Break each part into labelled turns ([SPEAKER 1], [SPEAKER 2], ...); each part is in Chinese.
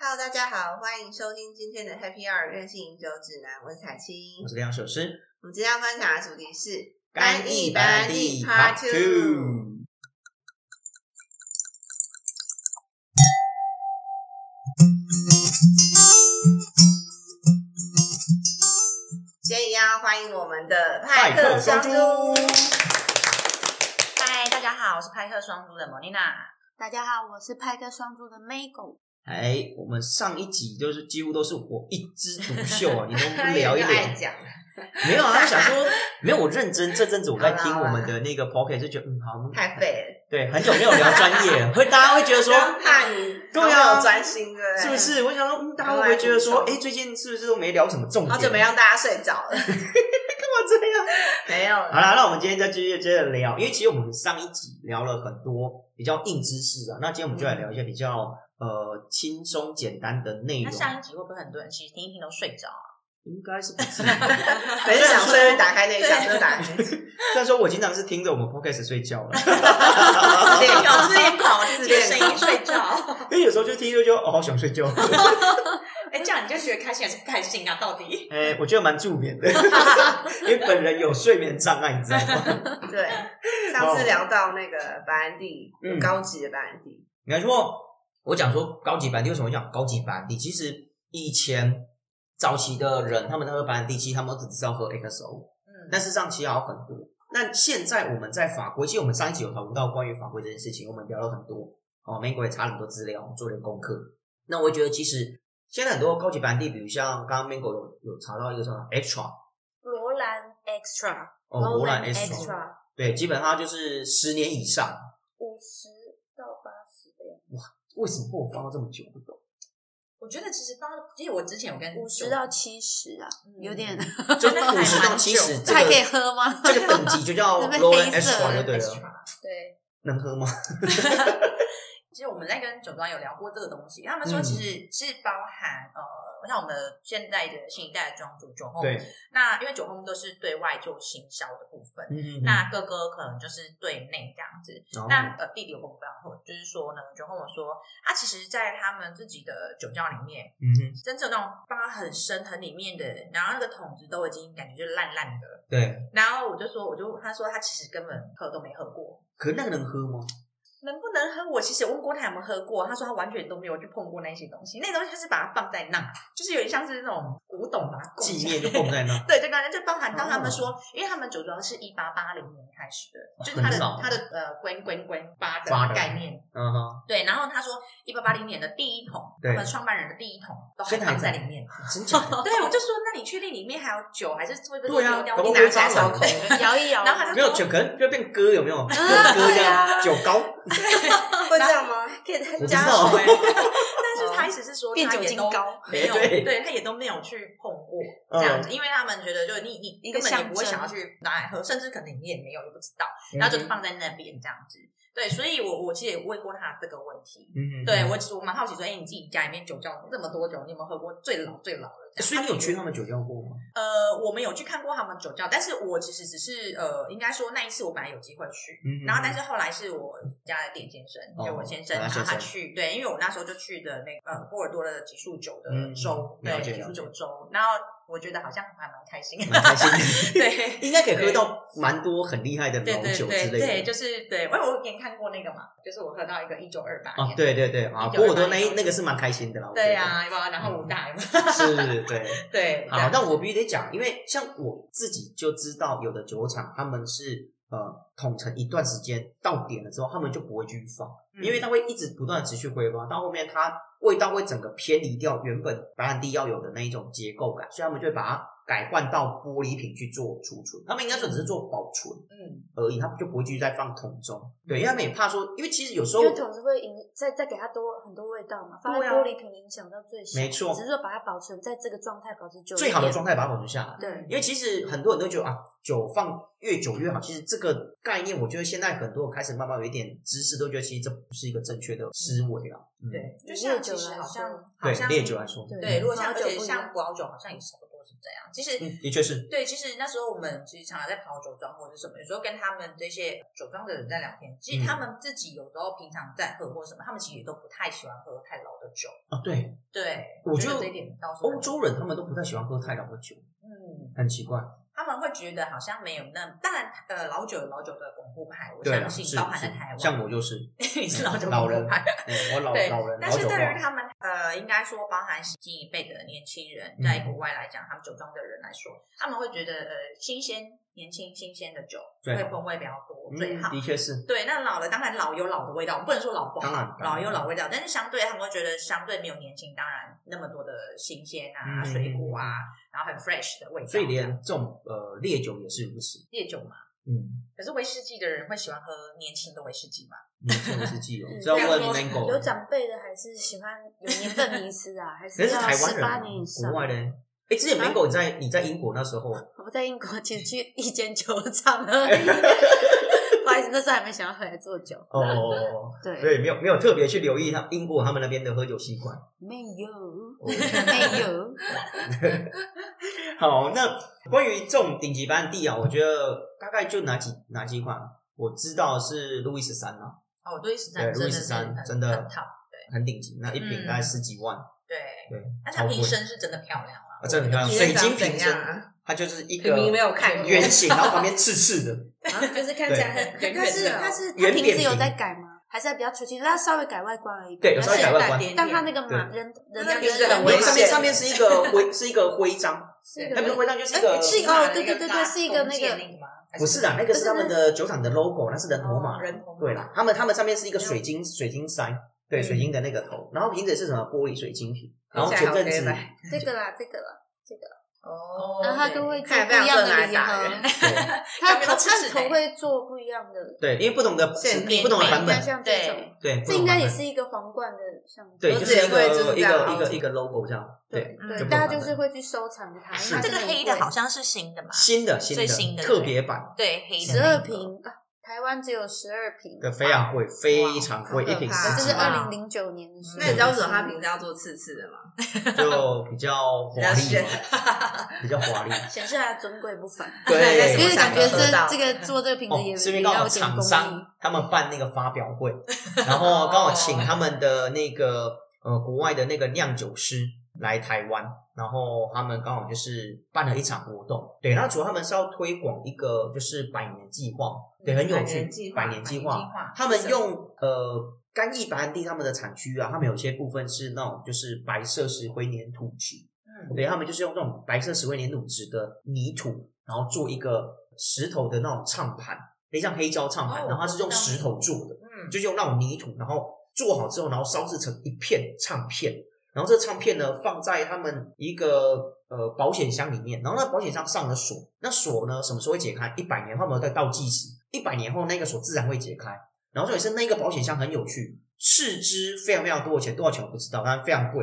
[SPEAKER 1] Hello，大家好，欢迎收听今天的 Happy Hour 任性饮酒指南，我是彩青
[SPEAKER 2] 我。是梁首诗，
[SPEAKER 1] 我们今天要分享的主题是
[SPEAKER 2] 干邑白兰地 Part Two。
[SPEAKER 1] 先一样欢迎我们的
[SPEAKER 2] 派克
[SPEAKER 1] 克
[SPEAKER 2] 双
[SPEAKER 1] 猪。
[SPEAKER 3] 嗨，大家好，我是派克双猪的莫妮娜。
[SPEAKER 4] 大家好，我是派克双猪的 Mago。
[SPEAKER 2] 哎，我们上一集就是几乎都是我一枝独秀 啊，你都不
[SPEAKER 1] 他
[SPEAKER 2] 聊一
[SPEAKER 1] 有一个爱
[SPEAKER 2] 聊，
[SPEAKER 1] 讲，
[SPEAKER 2] 没有啊？想说没有，我认真这阵子我在听
[SPEAKER 1] 好啦好
[SPEAKER 2] 我
[SPEAKER 1] 啦
[SPEAKER 2] 们的那个 p o c k e t 就觉得嗯，好，我们
[SPEAKER 1] 太废
[SPEAKER 2] 对很久没有聊专 业了，会大家会觉得
[SPEAKER 1] 了。
[SPEAKER 2] 说
[SPEAKER 1] 刚怕你
[SPEAKER 2] 对
[SPEAKER 1] 没
[SPEAKER 2] 啊
[SPEAKER 1] 有专心，对不对？
[SPEAKER 2] 是不？是？我想说，嗯，大家会不会觉得说，
[SPEAKER 1] 我来
[SPEAKER 2] 哎，最近是不是都没聊什么重点？
[SPEAKER 1] 好久没让大家睡着 了，
[SPEAKER 2] 干嘛这样？啊
[SPEAKER 1] 没有
[SPEAKER 2] 好
[SPEAKER 1] 了。
[SPEAKER 2] 啦，那我们今天再继续接着聊，因为其实我们上一集聊了很多比较硬知识啊，那今天我们就来聊一些比较呃轻松简单的内
[SPEAKER 3] 那
[SPEAKER 2] 容，
[SPEAKER 3] 上一集会不会很多人其实听一听都睡 着啊？
[SPEAKER 2] 应该是不至于。
[SPEAKER 1] 可是想睡就打开那一想就打开，
[SPEAKER 2] 虽然说我经常是听着我们 podcast 睡觉了，
[SPEAKER 1] 自恋
[SPEAKER 3] 有自恋狂，
[SPEAKER 1] 自
[SPEAKER 3] 自
[SPEAKER 1] 恋
[SPEAKER 3] 恋
[SPEAKER 1] 狂
[SPEAKER 3] 声音睡着。
[SPEAKER 2] 因为有时候就听着就哦好想 睡觉，
[SPEAKER 3] 哎，这样你就觉得开心还是不开心啊？到底？
[SPEAKER 2] 哎、我觉得蛮助眠 的，因为本人有睡眠障碍，你知道 吗？
[SPEAKER 1] 对，上次聊到那个白兰地，
[SPEAKER 2] 哦嗯
[SPEAKER 1] 高级的白兰地，
[SPEAKER 2] 你看说，我讲说高级白兰地，为什么我讲高级白兰地？其实以前早期的人他们在喝白兰地，其实他们都只知道喝 XO，
[SPEAKER 3] 嗯
[SPEAKER 2] 但事实上其实还有很多。那现在我们在法规，其实我们上一集有讨论到关于法规这件事情，我们聊了很多哦，美国也查了很多资料，做了功课。那我觉得其实现在很多高级白兰地，比如像刚刚 Mango 有有查到一个什么 Extra
[SPEAKER 4] 罗兰 Extra，
[SPEAKER 2] 哦，罗兰 Extra，
[SPEAKER 4] Extra
[SPEAKER 2] 对，基本上就是十年以上。
[SPEAKER 4] 五十到八十的样
[SPEAKER 2] 为什么我放到这么久不 懂？
[SPEAKER 3] 我觉得其实包，因为我之前有跟
[SPEAKER 4] 子，五十到七十啊，
[SPEAKER 3] 嗯
[SPEAKER 4] 有 点，
[SPEAKER 2] 就
[SPEAKER 3] 真的还
[SPEAKER 2] 五十到
[SPEAKER 3] 蛮久
[SPEAKER 2] 七十，这
[SPEAKER 4] 还可以
[SPEAKER 2] 个
[SPEAKER 4] 喝吗？
[SPEAKER 2] 这个等级就叫
[SPEAKER 4] 这边
[SPEAKER 2] Roland
[SPEAKER 4] 黑色
[SPEAKER 2] Extra 就嗯
[SPEAKER 4] 的
[SPEAKER 2] 对啊了，
[SPEAKER 3] Extra
[SPEAKER 4] 对，
[SPEAKER 2] 能喝吗？
[SPEAKER 3] 其实我们在跟酒庄有聊过这个东西，他们说
[SPEAKER 2] 嗯
[SPEAKER 3] 其实是包含呃，像我们现在的新一代的庄主酒
[SPEAKER 4] 哦
[SPEAKER 3] 后，
[SPEAKER 2] 对，
[SPEAKER 3] 那因为酒后都是对外做行销的部分，
[SPEAKER 2] 嗯哦
[SPEAKER 3] 那各个可能就是对内这样子，
[SPEAKER 2] 然后
[SPEAKER 3] 那呃，弟弟有跟我分享过，就是说呢，就跟我说，他其实，在他们自己的酒窖里面，
[SPEAKER 2] 嗯哼，
[SPEAKER 3] 真正那种放到很深很里面的，然后那个桶子都已经感觉就烂烂的。
[SPEAKER 2] 对，
[SPEAKER 3] 然后我就说，我就他说他其实根本喝都没喝过，
[SPEAKER 2] 可那个能喝 吗？
[SPEAKER 3] 能不能喝？我其实有问过他有没有喝过，他说他完全都没有去碰过那些东西，那东西就是把它放在那，就是有点像是那种古董把它供
[SPEAKER 2] 纪
[SPEAKER 3] 起来。
[SPEAKER 2] 念就放在那
[SPEAKER 3] 对，就刚才就包含到他们说，因为他们酒庄是一八八零年开始的，就是他的
[SPEAKER 2] 哦很早
[SPEAKER 3] 他的呃滚滚滚八
[SPEAKER 2] 八的
[SPEAKER 3] 的概念，
[SPEAKER 2] 嗯哼，
[SPEAKER 3] 对，然后他说，一八八零年的第一桶，
[SPEAKER 2] 对
[SPEAKER 3] 他们创办人的第一桶都还
[SPEAKER 2] 现在还
[SPEAKER 3] 放在
[SPEAKER 2] 在
[SPEAKER 3] 里面。
[SPEAKER 2] 真假的？
[SPEAKER 3] 对，我就说，那你确定里面还有酒，还是会不
[SPEAKER 2] 哦对
[SPEAKER 3] 会
[SPEAKER 2] 啊
[SPEAKER 3] 丢掉？
[SPEAKER 2] 搞不
[SPEAKER 3] 你
[SPEAKER 2] 好
[SPEAKER 3] 拿
[SPEAKER 2] 会
[SPEAKER 3] 起来
[SPEAKER 2] 烧
[SPEAKER 3] 烧
[SPEAKER 2] 烤
[SPEAKER 3] 烤。
[SPEAKER 4] 摇一摇，
[SPEAKER 3] 然后 他
[SPEAKER 2] 没有酒，可能就变歌有没有？
[SPEAKER 3] 啊
[SPEAKER 2] 有歌这样，酒糟。
[SPEAKER 1] 会这样吗？
[SPEAKER 3] 可以再
[SPEAKER 2] 不
[SPEAKER 3] 加
[SPEAKER 2] 知 道
[SPEAKER 3] 水，但是他意思是说，
[SPEAKER 4] 变
[SPEAKER 3] 他
[SPEAKER 4] 酒
[SPEAKER 3] 也
[SPEAKER 4] 精
[SPEAKER 3] 都
[SPEAKER 4] 高，
[SPEAKER 3] 没有，
[SPEAKER 2] 啊哎对嗯
[SPEAKER 3] 对，他也都没有去碰过这样子，因为他们觉得就是你你你
[SPEAKER 4] 一
[SPEAKER 3] 根
[SPEAKER 4] 个
[SPEAKER 3] 本也
[SPEAKER 4] 象
[SPEAKER 3] 不会
[SPEAKER 4] 征
[SPEAKER 3] 想要去拿来喝，甚至可能你也没有也不知道，
[SPEAKER 2] 嗯
[SPEAKER 3] 然后就放在那边这样子。对，所以我我其实也问过他这个问题，
[SPEAKER 2] 嗯，
[SPEAKER 3] 对我其实我蛮好奇说，哎，你自己家里面酒窖这么多酒，你有没有喝过最老最老的？
[SPEAKER 2] 所以你有去他们酒窖过吗？
[SPEAKER 3] 呃，我们有去看过他们酒窖，但是我其实只是呃，应该说那一次我本来有机会去，
[SPEAKER 2] 嗯
[SPEAKER 3] 然后但是后来是我家的店先生，
[SPEAKER 2] 哦
[SPEAKER 3] 就我先生
[SPEAKER 2] 啊
[SPEAKER 3] 然后他
[SPEAKER 2] 先生
[SPEAKER 3] 去，对，因为我那时候就去的那个呃波尔多的几束酒的
[SPEAKER 2] 嗯
[SPEAKER 3] 州，
[SPEAKER 2] 了
[SPEAKER 3] 对，
[SPEAKER 2] 解
[SPEAKER 3] 几束
[SPEAKER 2] 了解
[SPEAKER 3] 酒州，然后我觉得好像还蛮开 心，
[SPEAKER 2] 蛮开 心的，
[SPEAKER 3] 对。
[SPEAKER 2] 应该可以喝到蛮多很厉害的
[SPEAKER 3] 对
[SPEAKER 2] 老
[SPEAKER 3] 对
[SPEAKER 2] 酒之
[SPEAKER 3] 对
[SPEAKER 2] 类的。
[SPEAKER 3] 对，就是对，我我给你看过那个嘛，就是我喝到一个一九二八
[SPEAKER 2] 啊
[SPEAKER 3] 年，，
[SPEAKER 2] 对对对啊，
[SPEAKER 3] 1928
[SPEAKER 2] 不过我都那一那个是蛮开心的啦。我觉得
[SPEAKER 3] 对，啊呀，有没有然后武大有没 有？
[SPEAKER 2] 是，对。
[SPEAKER 3] 对，
[SPEAKER 2] 嗯
[SPEAKER 4] 啊
[SPEAKER 2] 好，但我必须得讲，因为像我自己就知道，有的酒厂他们是呃统成一段时间到点了之后，他们就不会继续放，
[SPEAKER 3] 嗯
[SPEAKER 2] 因为它会一直不断的持续挥发，到后面它味道会整个偏离掉原本白兰地要有的那一种结构感，所以他们就会把它改换到玻璃瓶去做储存，他们应该说只是做保存
[SPEAKER 3] 嗯，
[SPEAKER 2] 而已，他们就不会继续再放桶中，对，因为他们也怕说，因为其实有时候
[SPEAKER 4] 因为桶是会影，再再给它多很多味道嘛，放在
[SPEAKER 2] 对啊
[SPEAKER 4] 玻璃瓶影响到最小，
[SPEAKER 2] 没错
[SPEAKER 4] 只是说把它保存在这个状态，保持久一
[SPEAKER 2] 最好的
[SPEAKER 4] 点
[SPEAKER 2] 状态把它保存下来。
[SPEAKER 4] 对
[SPEAKER 2] 因为其实很多人都觉得啊，酒放越久越好。其实这个概念，我觉得现在很多人开始慢慢有一点知识，都觉得其实这不是一个正确的思维啦。嗯，
[SPEAKER 3] 对，就
[SPEAKER 4] 烈
[SPEAKER 3] 像
[SPEAKER 4] 酒
[SPEAKER 3] 其实
[SPEAKER 4] 来
[SPEAKER 3] 好像
[SPEAKER 4] 说
[SPEAKER 3] 好
[SPEAKER 2] 对，
[SPEAKER 3] 像
[SPEAKER 2] 烈酒来说，
[SPEAKER 4] 对
[SPEAKER 3] 对，如果
[SPEAKER 4] 葡萄
[SPEAKER 3] 像而
[SPEAKER 4] 酒
[SPEAKER 3] 且
[SPEAKER 4] 不一
[SPEAKER 3] 像
[SPEAKER 4] 样
[SPEAKER 3] 葡萄酒好像也差不多是这样。其实、
[SPEAKER 2] 嗯，的确是，
[SPEAKER 3] 对，其实那时候我们其实常常在跑酒庄或者什么，有时候跟他们这些酒庄的人在聊天，其
[SPEAKER 2] 嗯
[SPEAKER 3] 实他们自己有时候平常在喝或什么，他们其实也都不太喜欢喝太老的酒。
[SPEAKER 2] 啊，对，
[SPEAKER 3] 对，
[SPEAKER 2] 我
[SPEAKER 3] 觉
[SPEAKER 2] 觉得
[SPEAKER 3] 这一点倒是
[SPEAKER 2] 欧洲人他们都不太喜欢喝太老的酒，
[SPEAKER 3] 嗯，
[SPEAKER 2] 很奇怪。
[SPEAKER 3] 他们会觉得好像没有那，当然呃老酒有老酒的巩固派，我
[SPEAKER 2] 对啊，
[SPEAKER 3] 相
[SPEAKER 2] 是
[SPEAKER 3] 信
[SPEAKER 2] 是
[SPEAKER 3] 包含在台湾，
[SPEAKER 2] 像我就是，
[SPEAKER 3] 你是老酒
[SPEAKER 2] 老
[SPEAKER 3] 巩
[SPEAKER 2] 人
[SPEAKER 3] 固派，
[SPEAKER 2] 嗯我老
[SPEAKER 3] 对
[SPEAKER 2] 老人
[SPEAKER 3] 但
[SPEAKER 2] 老
[SPEAKER 3] 是
[SPEAKER 2] 酒
[SPEAKER 3] 对于
[SPEAKER 2] 话，
[SPEAKER 3] 他们，呃，应该说包含新一辈的年轻人，
[SPEAKER 2] 嗯
[SPEAKER 3] 在国外来讲，他们酒庄的人来说，他们会觉得呃，新鲜、年轻、新鲜的酒
[SPEAKER 2] 最
[SPEAKER 3] 会
[SPEAKER 2] 好
[SPEAKER 3] 风味比较多，最
[SPEAKER 2] 嗯，
[SPEAKER 3] 好。
[SPEAKER 2] 的确是，
[SPEAKER 3] 对，那老了当然老有老的味道，我们不能说老不
[SPEAKER 2] 当
[SPEAKER 3] 好，
[SPEAKER 2] 然
[SPEAKER 3] 老有老味道，但是相对他们会觉得相对没有年轻，当然那么多的新鲜啊、
[SPEAKER 2] 嗯
[SPEAKER 3] 水果啊，然后很 fresh 的味道，
[SPEAKER 2] 所以连这种呃烈酒也是如此，
[SPEAKER 3] 烈酒嘛。
[SPEAKER 2] 嗯，
[SPEAKER 3] 可是威士忌的人会喜欢喝年轻的威士忌吗？
[SPEAKER 2] 年轻世纪 哦，
[SPEAKER 4] 嗯
[SPEAKER 2] 这要问
[SPEAKER 3] 比
[SPEAKER 2] Mango，
[SPEAKER 4] 有长辈的还是喜欢有年份迷 失啊，还
[SPEAKER 2] 可是
[SPEAKER 4] 要
[SPEAKER 2] 台
[SPEAKER 4] 十八
[SPEAKER 2] 湾
[SPEAKER 4] 年
[SPEAKER 2] 人
[SPEAKER 4] 以
[SPEAKER 2] 啊，
[SPEAKER 4] 上。
[SPEAKER 2] 国外的。哎，之前 Mango 你在你在英国那时候，哦
[SPEAKER 4] 我在英国其实去一间酒 厂而已，不好意思，那时候还没想要回来做酒。
[SPEAKER 2] 哦，
[SPEAKER 4] 对，
[SPEAKER 2] 所以没有没有特别去留意他英国他们那边的喝酒习惯。
[SPEAKER 4] 没有，
[SPEAKER 2] 哦
[SPEAKER 4] 没有，
[SPEAKER 2] 好，那关于这种顶级班地啊，我觉得大概就哪几哪几款，我知道是路易十三啊，
[SPEAKER 3] 哦，对，十三
[SPEAKER 2] 对
[SPEAKER 3] 真的
[SPEAKER 2] 路易
[SPEAKER 3] 是
[SPEAKER 2] 十三
[SPEAKER 3] 很
[SPEAKER 2] 真的
[SPEAKER 3] 很 top，对
[SPEAKER 2] 很顶级，那一瓶
[SPEAKER 3] 嗯
[SPEAKER 2] 大概十几万，
[SPEAKER 3] 对。
[SPEAKER 2] 对，
[SPEAKER 3] 但是
[SPEAKER 2] 超
[SPEAKER 3] 它
[SPEAKER 2] 贵
[SPEAKER 3] 瓶，身是真的漂亮啊，
[SPEAKER 2] 啊真的很漂亮，
[SPEAKER 1] 你
[SPEAKER 2] 水
[SPEAKER 1] 是长
[SPEAKER 2] 晶
[SPEAKER 1] 怎
[SPEAKER 2] 瓶
[SPEAKER 1] 样
[SPEAKER 2] 身，
[SPEAKER 1] 啊？
[SPEAKER 2] 它就是一
[SPEAKER 1] 明明
[SPEAKER 2] 个
[SPEAKER 1] 没有看过，
[SPEAKER 2] 圆形，然后旁边刺刺的，
[SPEAKER 4] 啊就是看起来很。
[SPEAKER 3] 对
[SPEAKER 4] 它是它是它
[SPEAKER 2] 圆
[SPEAKER 4] 瓶
[SPEAKER 2] 扁
[SPEAKER 4] 子有
[SPEAKER 2] 瓶
[SPEAKER 4] 在改吗？还是它比较出清？它稍微改外观而已。
[SPEAKER 2] 对有稍微改外观
[SPEAKER 4] 但它那个马
[SPEAKER 2] 对
[SPEAKER 4] 人人
[SPEAKER 3] 那
[SPEAKER 4] 家
[SPEAKER 3] 瓶子很危
[SPEAKER 2] 然后
[SPEAKER 3] 险
[SPEAKER 2] 上面上面是一个徽是一个徽章，
[SPEAKER 4] 是一
[SPEAKER 2] 那不是
[SPEAKER 4] 个
[SPEAKER 2] 徽章就是一个
[SPEAKER 4] 哎是一个哦对对对对是一个那个
[SPEAKER 2] 不是啊，那个是他
[SPEAKER 4] 呃
[SPEAKER 2] 们的酒厂的 logo，那是人头
[SPEAKER 4] 哦
[SPEAKER 2] 马。
[SPEAKER 3] 人头马
[SPEAKER 2] 对啦，他们他们上面是一个水晶水晶塞，对水晶的那个头，然后瓶子是什么玻璃水晶瓶，然后前阵
[SPEAKER 1] 听起
[SPEAKER 2] 子
[SPEAKER 1] 来好
[SPEAKER 4] 这个啦，这个啦。
[SPEAKER 3] 哦
[SPEAKER 4] 然后它都会做
[SPEAKER 1] 看
[SPEAKER 4] 不
[SPEAKER 1] 来
[SPEAKER 4] 一样
[SPEAKER 1] 非常适合
[SPEAKER 4] 的
[SPEAKER 1] 来
[SPEAKER 4] 礼
[SPEAKER 1] 打
[SPEAKER 4] 盒
[SPEAKER 1] 人，
[SPEAKER 2] 对
[SPEAKER 4] 它
[SPEAKER 3] 感
[SPEAKER 4] 的
[SPEAKER 3] 觉
[SPEAKER 4] 头
[SPEAKER 3] 到刺
[SPEAKER 4] 它
[SPEAKER 3] 刺
[SPEAKER 4] 的
[SPEAKER 3] 的
[SPEAKER 4] 头
[SPEAKER 3] 欸
[SPEAKER 4] 会做不一样的，
[SPEAKER 2] 对，因为不同 的
[SPEAKER 1] 限定
[SPEAKER 2] 不同的版
[SPEAKER 4] 应
[SPEAKER 3] 版
[SPEAKER 2] 本
[SPEAKER 4] 该，像这种
[SPEAKER 3] 对，，
[SPEAKER 2] 对，
[SPEAKER 4] 这
[SPEAKER 2] 不同的
[SPEAKER 4] 应该
[SPEAKER 2] 版本
[SPEAKER 4] 也是一个皇冠的象征。
[SPEAKER 2] 对，
[SPEAKER 1] 都
[SPEAKER 2] 就是是一
[SPEAKER 1] 也会就是
[SPEAKER 2] 个
[SPEAKER 1] 这
[SPEAKER 2] 一
[SPEAKER 1] 样
[SPEAKER 2] 个一
[SPEAKER 1] 凹
[SPEAKER 2] 个
[SPEAKER 1] 着
[SPEAKER 2] 一个 logo 这样，对，
[SPEAKER 3] 嗯
[SPEAKER 2] 就
[SPEAKER 4] 对，
[SPEAKER 2] 不
[SPEAKER 4] 大家
[SPEAKER 2] 同
[SPEAKER 4] 就
[SPEAKER 2] 版
[SPEAKER 4] 是会去收藏它，因
[SPEAKER 2] 是
[SPEAKER 4] 为它
[SPEAKER 3] 这
[SPEAKER 4] 真
[SPEAKER 3] 个
[SPEAKER 4] 很
[SPEAKER 3] 黑的
[SPEAKER 4] 贵
[SPEAKER 3] 好像是新的嘛，
[SPEAKER 2] 新的新
[SPEAKER 3] 最新
[SPEAKER 2] 的
[SPEAKER 3] 的
[SPEAKER 2] 特别版
[SPEAKER 3] 对，黑的
[SPEAKER 4] 十二瓶啊，台湾只有十二瓶，
[SPEAKER 2] 的非常贵，啊非常贵，
[SPEAKER 1] 好
[SPEAKER 2] 一
[SPEAKER 1] 可
[SPEAKER 2] 瓶
[SPEAKER 1] 怕
[SPEAKER 4] 这
[SPEAKER 2] 十
[SPEAKER 4] 是
[SPEAKER 2] 几
[SPEAKER 4] 二
[SPEAKER 2] 万，
[SPEAKER 4] 零零九年的时候。
[SPEAKER 1] 那你知道为什么它瓶子要做刺刺的吗？
[SPEAKER 2] 就比较华
[SPEAKER 3] 比较
[SPEAKER 2] 丽
[SPEAKER 3] 炫
[SPEAKER 2] 嘛，比较 华丽，
[SPEAKER 4] 显示它尊贵不凡？
[SPEAKER 2] 对，
[SPEAKER 4] 因为
[SPEAKER 1] 上
[SPEAKER 4] 感觉
[SPEAKER 1] 有说
[SPEAKER 4] 这
[SPEAKER 1] 到
[SPEAKER 4] 这 个做这个瓶子也
[SPEAKER 2] 哦，顺
[SPEAKER 4] 也
[SPEAKER 2] 便刚
[SPEAKER 4] 要
[SPEAKER 2] 好
[SPEAKER 4] 有点
[SPEAKER 2] 厂
[SPEAKER 4] 工
[SPEAKER 2] 商
[SPEAKER 4] 艺。
[SPEAKER 2] 他们办那个发表会，然后刚好请他们的那个呃国外的那个酿酒师来台湾，然后他们刚好就是办了一场活动，对，那主要他们是要推广一个就是百年计划，对，很有
[SPEAKER 1] 百年
[SPEAKER 2] 趣
[SPEAKER 1] 计，划
[SPEAKER 2] 百年计划，他
[SPEAKER 3] 是
[SPEAKER 2] 们
[SPEAKER 3] 什
[SPEAKER 2] 用呃干邑白兰地他们的产区啊，他们有些部分是那种就是白色石灰粘土质，
[SPEAKER 3] 嗯
[SPEAKER 2] 对他们就是用这种白色石灰粘土质的泥土，然后做一个石头的那种唱盘，类似像黑胶唱盘，
[SPEAKER 3] 哦
[SPEAKER 2] 然后它是用石头做的，
[SPEAKER 3] 嗯，
[SPEAKER 2] 就是用那种泥土，然后做好之后，然后烧制成一片唱片，然后这唱片呢放在他们一个呃保险箱里面，然后那保险箱上了锁，那锁呢什么时候会解开？一百年后没有在倒计时，一百年后那个锁自然会解开。然后这也是那个保险箱很有趣，斥资非常非常多的钱，多少钱我不知道，但非常贵。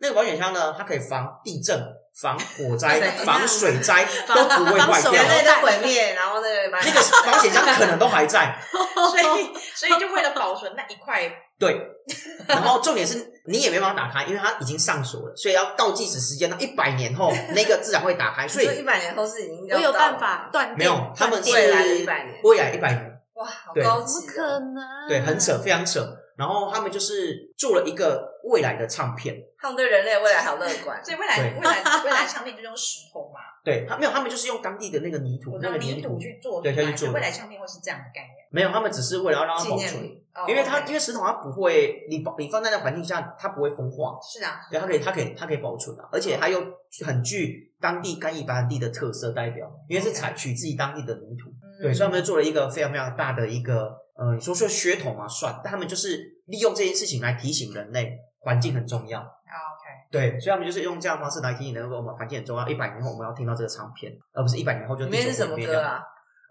[SPEAKER 2] 那个保险箱呢，它可以防地震、防火 灾
[SPEAKER 1] 怎、样
[SPEAKER 2] 防水灾都不会坏掉。
[SPEAKER 1] 人类在毁灭，然后那个把
[SPEAKER 2] 那个保险箱可能都还在，
[SPEAKER 3] 所以 所以就为了保存那一块，
[SPEAKER 2] 对， 然后重点是你也没办法打开，因为它已经上锁了，所以要倒计时时间到一百年后，那个自然会打开。所以
[SPEAKER 1] 一百年后是已经
[SPEAKER 4] 我
[SPEAKER 1] 要
[SPEAKER 4] 有
[SPEAKER 1] 到
[SPEAKER 4] 办
[SPEAKER 1] 了
[SPEAKER 4] 法断定，
[SPEAKER 2] 没有，他们是
[SPEAKER 1] 未来的100年
[SPEAKER 2] 未来一百年，
[SPEAKER 1] 哇，好
[SPEAKER 2] 对
[SPEAKER 1] 高
[SPEAKER 4] 怎么
[SPEAKER 1] 级
[SPEAKER 4] 可
[SPEAKER 1] 哦！
[SPEAKER 4] 能？
[SPEAKER 2] 对，很扯，非常扯。然后他们就是做了一个未来的唱片，
[SPEAKER 1] 他们对人类的未来好乐观，
[SPEAKER 3] 所以未来
[SPEAKER 2] 对
[SPEAKER 3] 未来未来唱片就用石头 嘛，
[SPEAKER 2] 对，他没有，他们就是用当地的那个泥土
[SPEAKER 3] 我，
[SPEAKER 2] 那
[SPEAKER 3] 拿
[SPEAKER 2] 个
[SPEAKER 3] 泥
[SPEAKER 2] 泥
[SPEAKER 3] 土
[SPEAKER 2] 土，
[SPEAKER 3] 去做出
[SPEAKER 2] 对
[SPEAKER 3] 来，
[SPEAKER 2] 下去做
[SPEAKER 3] 所以未来唱片会是这样的概念，
[SPEAKER 2] 没有，他们只是为了要让它
[SPEAKER 1] 纪
[SPEAKER 2] 保
[SPEAKER 1] 念
[SPEAKER 2] 存，
[SPEAKER 1] 品。
[SPEAKER 3] 哦
[SPEAKER 2] 因为它因
[SPEAKER 3] OK
[SPEAKER 2] 为石头它不会，你保你放在那环境下，它不会风化，
[SPEAKER 3] 是啊，
[SPEAKER 2] 对，它可以，它可以，它可以保存啊，而且它又很具当地干邑白兰地的特色代表，因为是采取自己当地的泥
[SPEAKER 1] 嗯
[SPEAKER 2] 土。
[SPEAKER 3] 嗯
[SPEAKER 2] 对，所以他们就做了一个非常非常大的一个，呃，你说说噱头嘛，算，但他们就是利用这件事情来提醒人类环境很重要。
[SPEAKER 3] OK，
[SPEAKER 2] 对，所以他们就是用这样的方式来提醒人类，我们环境很重要。一百年后我们要听到这个唱片，而不是一百年后就
[SPEAKER 1] 里
[SPEAKER 2] 地
[SPEAKER 1] 面
[SPEAKER 2] 球
[SPEAKER 1] 是什
[SPEAKER 2] 毁
[SPEAKER 1] 么
[SPEAKER 2] 灭
[SPEAKER 1] 歌
[SPEAKER 2] 掉？
[SPEAKER 1] 啊？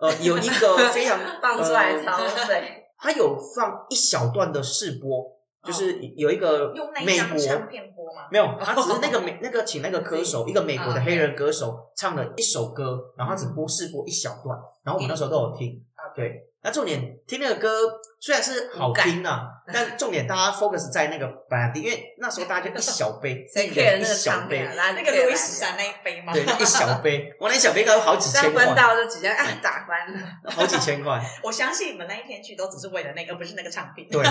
[SPEAKER 2] 呃，有一个非常
[SPEAKER 1] 放出来
[SPEAKER 2] 呃，
[SPEAKER 1] 超水，
[SPEAKER 2] 它有放一小段的试播，
[SPEAKER 1] 哦
[SPEAKER 2] 就是有一个
[SPEAKER 3] 用那一
[SPEAKER 2] 美
[SPEAKER 3] 张
[SPEAKER 2] 国
[SPEAKER 3] 唱片播吗？
[SPEAKER 2] 没有，他只是那个美那个请那个歌手，一个美国的黑人歌手唱了一首歌，然后他只播试播一小段，然后我们那时候都有听，对。那重点听那个歌虽然是好听啊，但重点大家 focus 在那个白兰地，因为那时候大家就一小杯，
[SPEAKER 1] 谁
[SPEAKER 2] 一
[SPEAKER 1] care 那
[SPEAKER 2] 人一
[SPEAKER 1] 个
[SPEAKER 2] 小
[SPEAKER 1] 汤
[SPEAKER 2] 杯
[SPEAKER 1] 面，啊？
[SPEAKER 3] 那
[SPEAKER 1] 那
[SPEAKER 3] 个路易十三那一杯吗？
[SPEAKER 2] 对，一小杯，我那一小杯应该有好几千
[SPEAKER 1] 三分
[SPEAKER 2] 块，
[SPEAKER 1] 到就直接
[SPEAKER 2] 哎
[SPEAKER 1] 啊打翻了，
[SPEAKER 2] 好几千块，
[SPEAKER 3] 我相信你们那一天去都只是为了那个，不是那个产品。 哦
[SPEAKER 2] 对，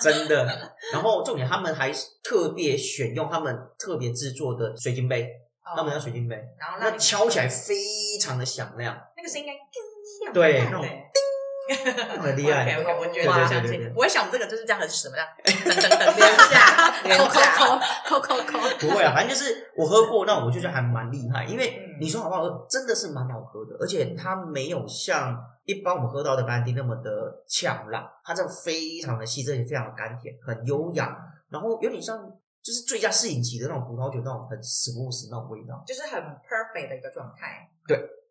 [SPEAKER 2] 真的。然后重点，他们还特别选用他们特别制作的水晶杯，
[SPEAKER 3] 哦
[SPEAKER 2] 他们叫水晶杯，
[SPEAKER 3] 然后让
[SPEAKER 2] 那
[SPEAKER 3] 你
[SPEAKER 2] 敲起来非常的响亮，
[SPEAKER 3] 那个声音应该更
[SPEAKER 2] 对
[SPEAKER 3] 亮
[SPEAKER 2] 那种
[SPEAKER 3] 对
[SPEAKER 2] 很厉害。
[SPEAKER 3] OK，OK，我觉
[SPEAKER 2] 对
[SPEAKER 3] 得
[SPEAKER 2] 对
[SPEAKER 3] 我相
[SPEAKER 2] 对对对
[SPEAKER 3] 信，我会想这个就是这样很什么样，等等等等
[SPEAKER 1] 廉价 廉
[SPEAKER 4] 抠抠
[SPEAKER 1] 价，
[SPEAKER 4] 抠抠抠抠，
[SPEAKER 2] 不会啊，反正就是我喝过，那我就觉得还蛮厉害，因为
[SPEAKER 3] 嗯
[SPEAKER 2] 你说好不好喝，真的是蛮好喝的，而且它没有像一般我们喝到的白兰地那么的呛辣，它这非常的细致，也非常的甘甜，很优雅，然后有点像就是最佳适应期的那种葡萄酒那种很 smooth 那种味道，
[SPEAKER 3] 就是很 perfect 的一个状态。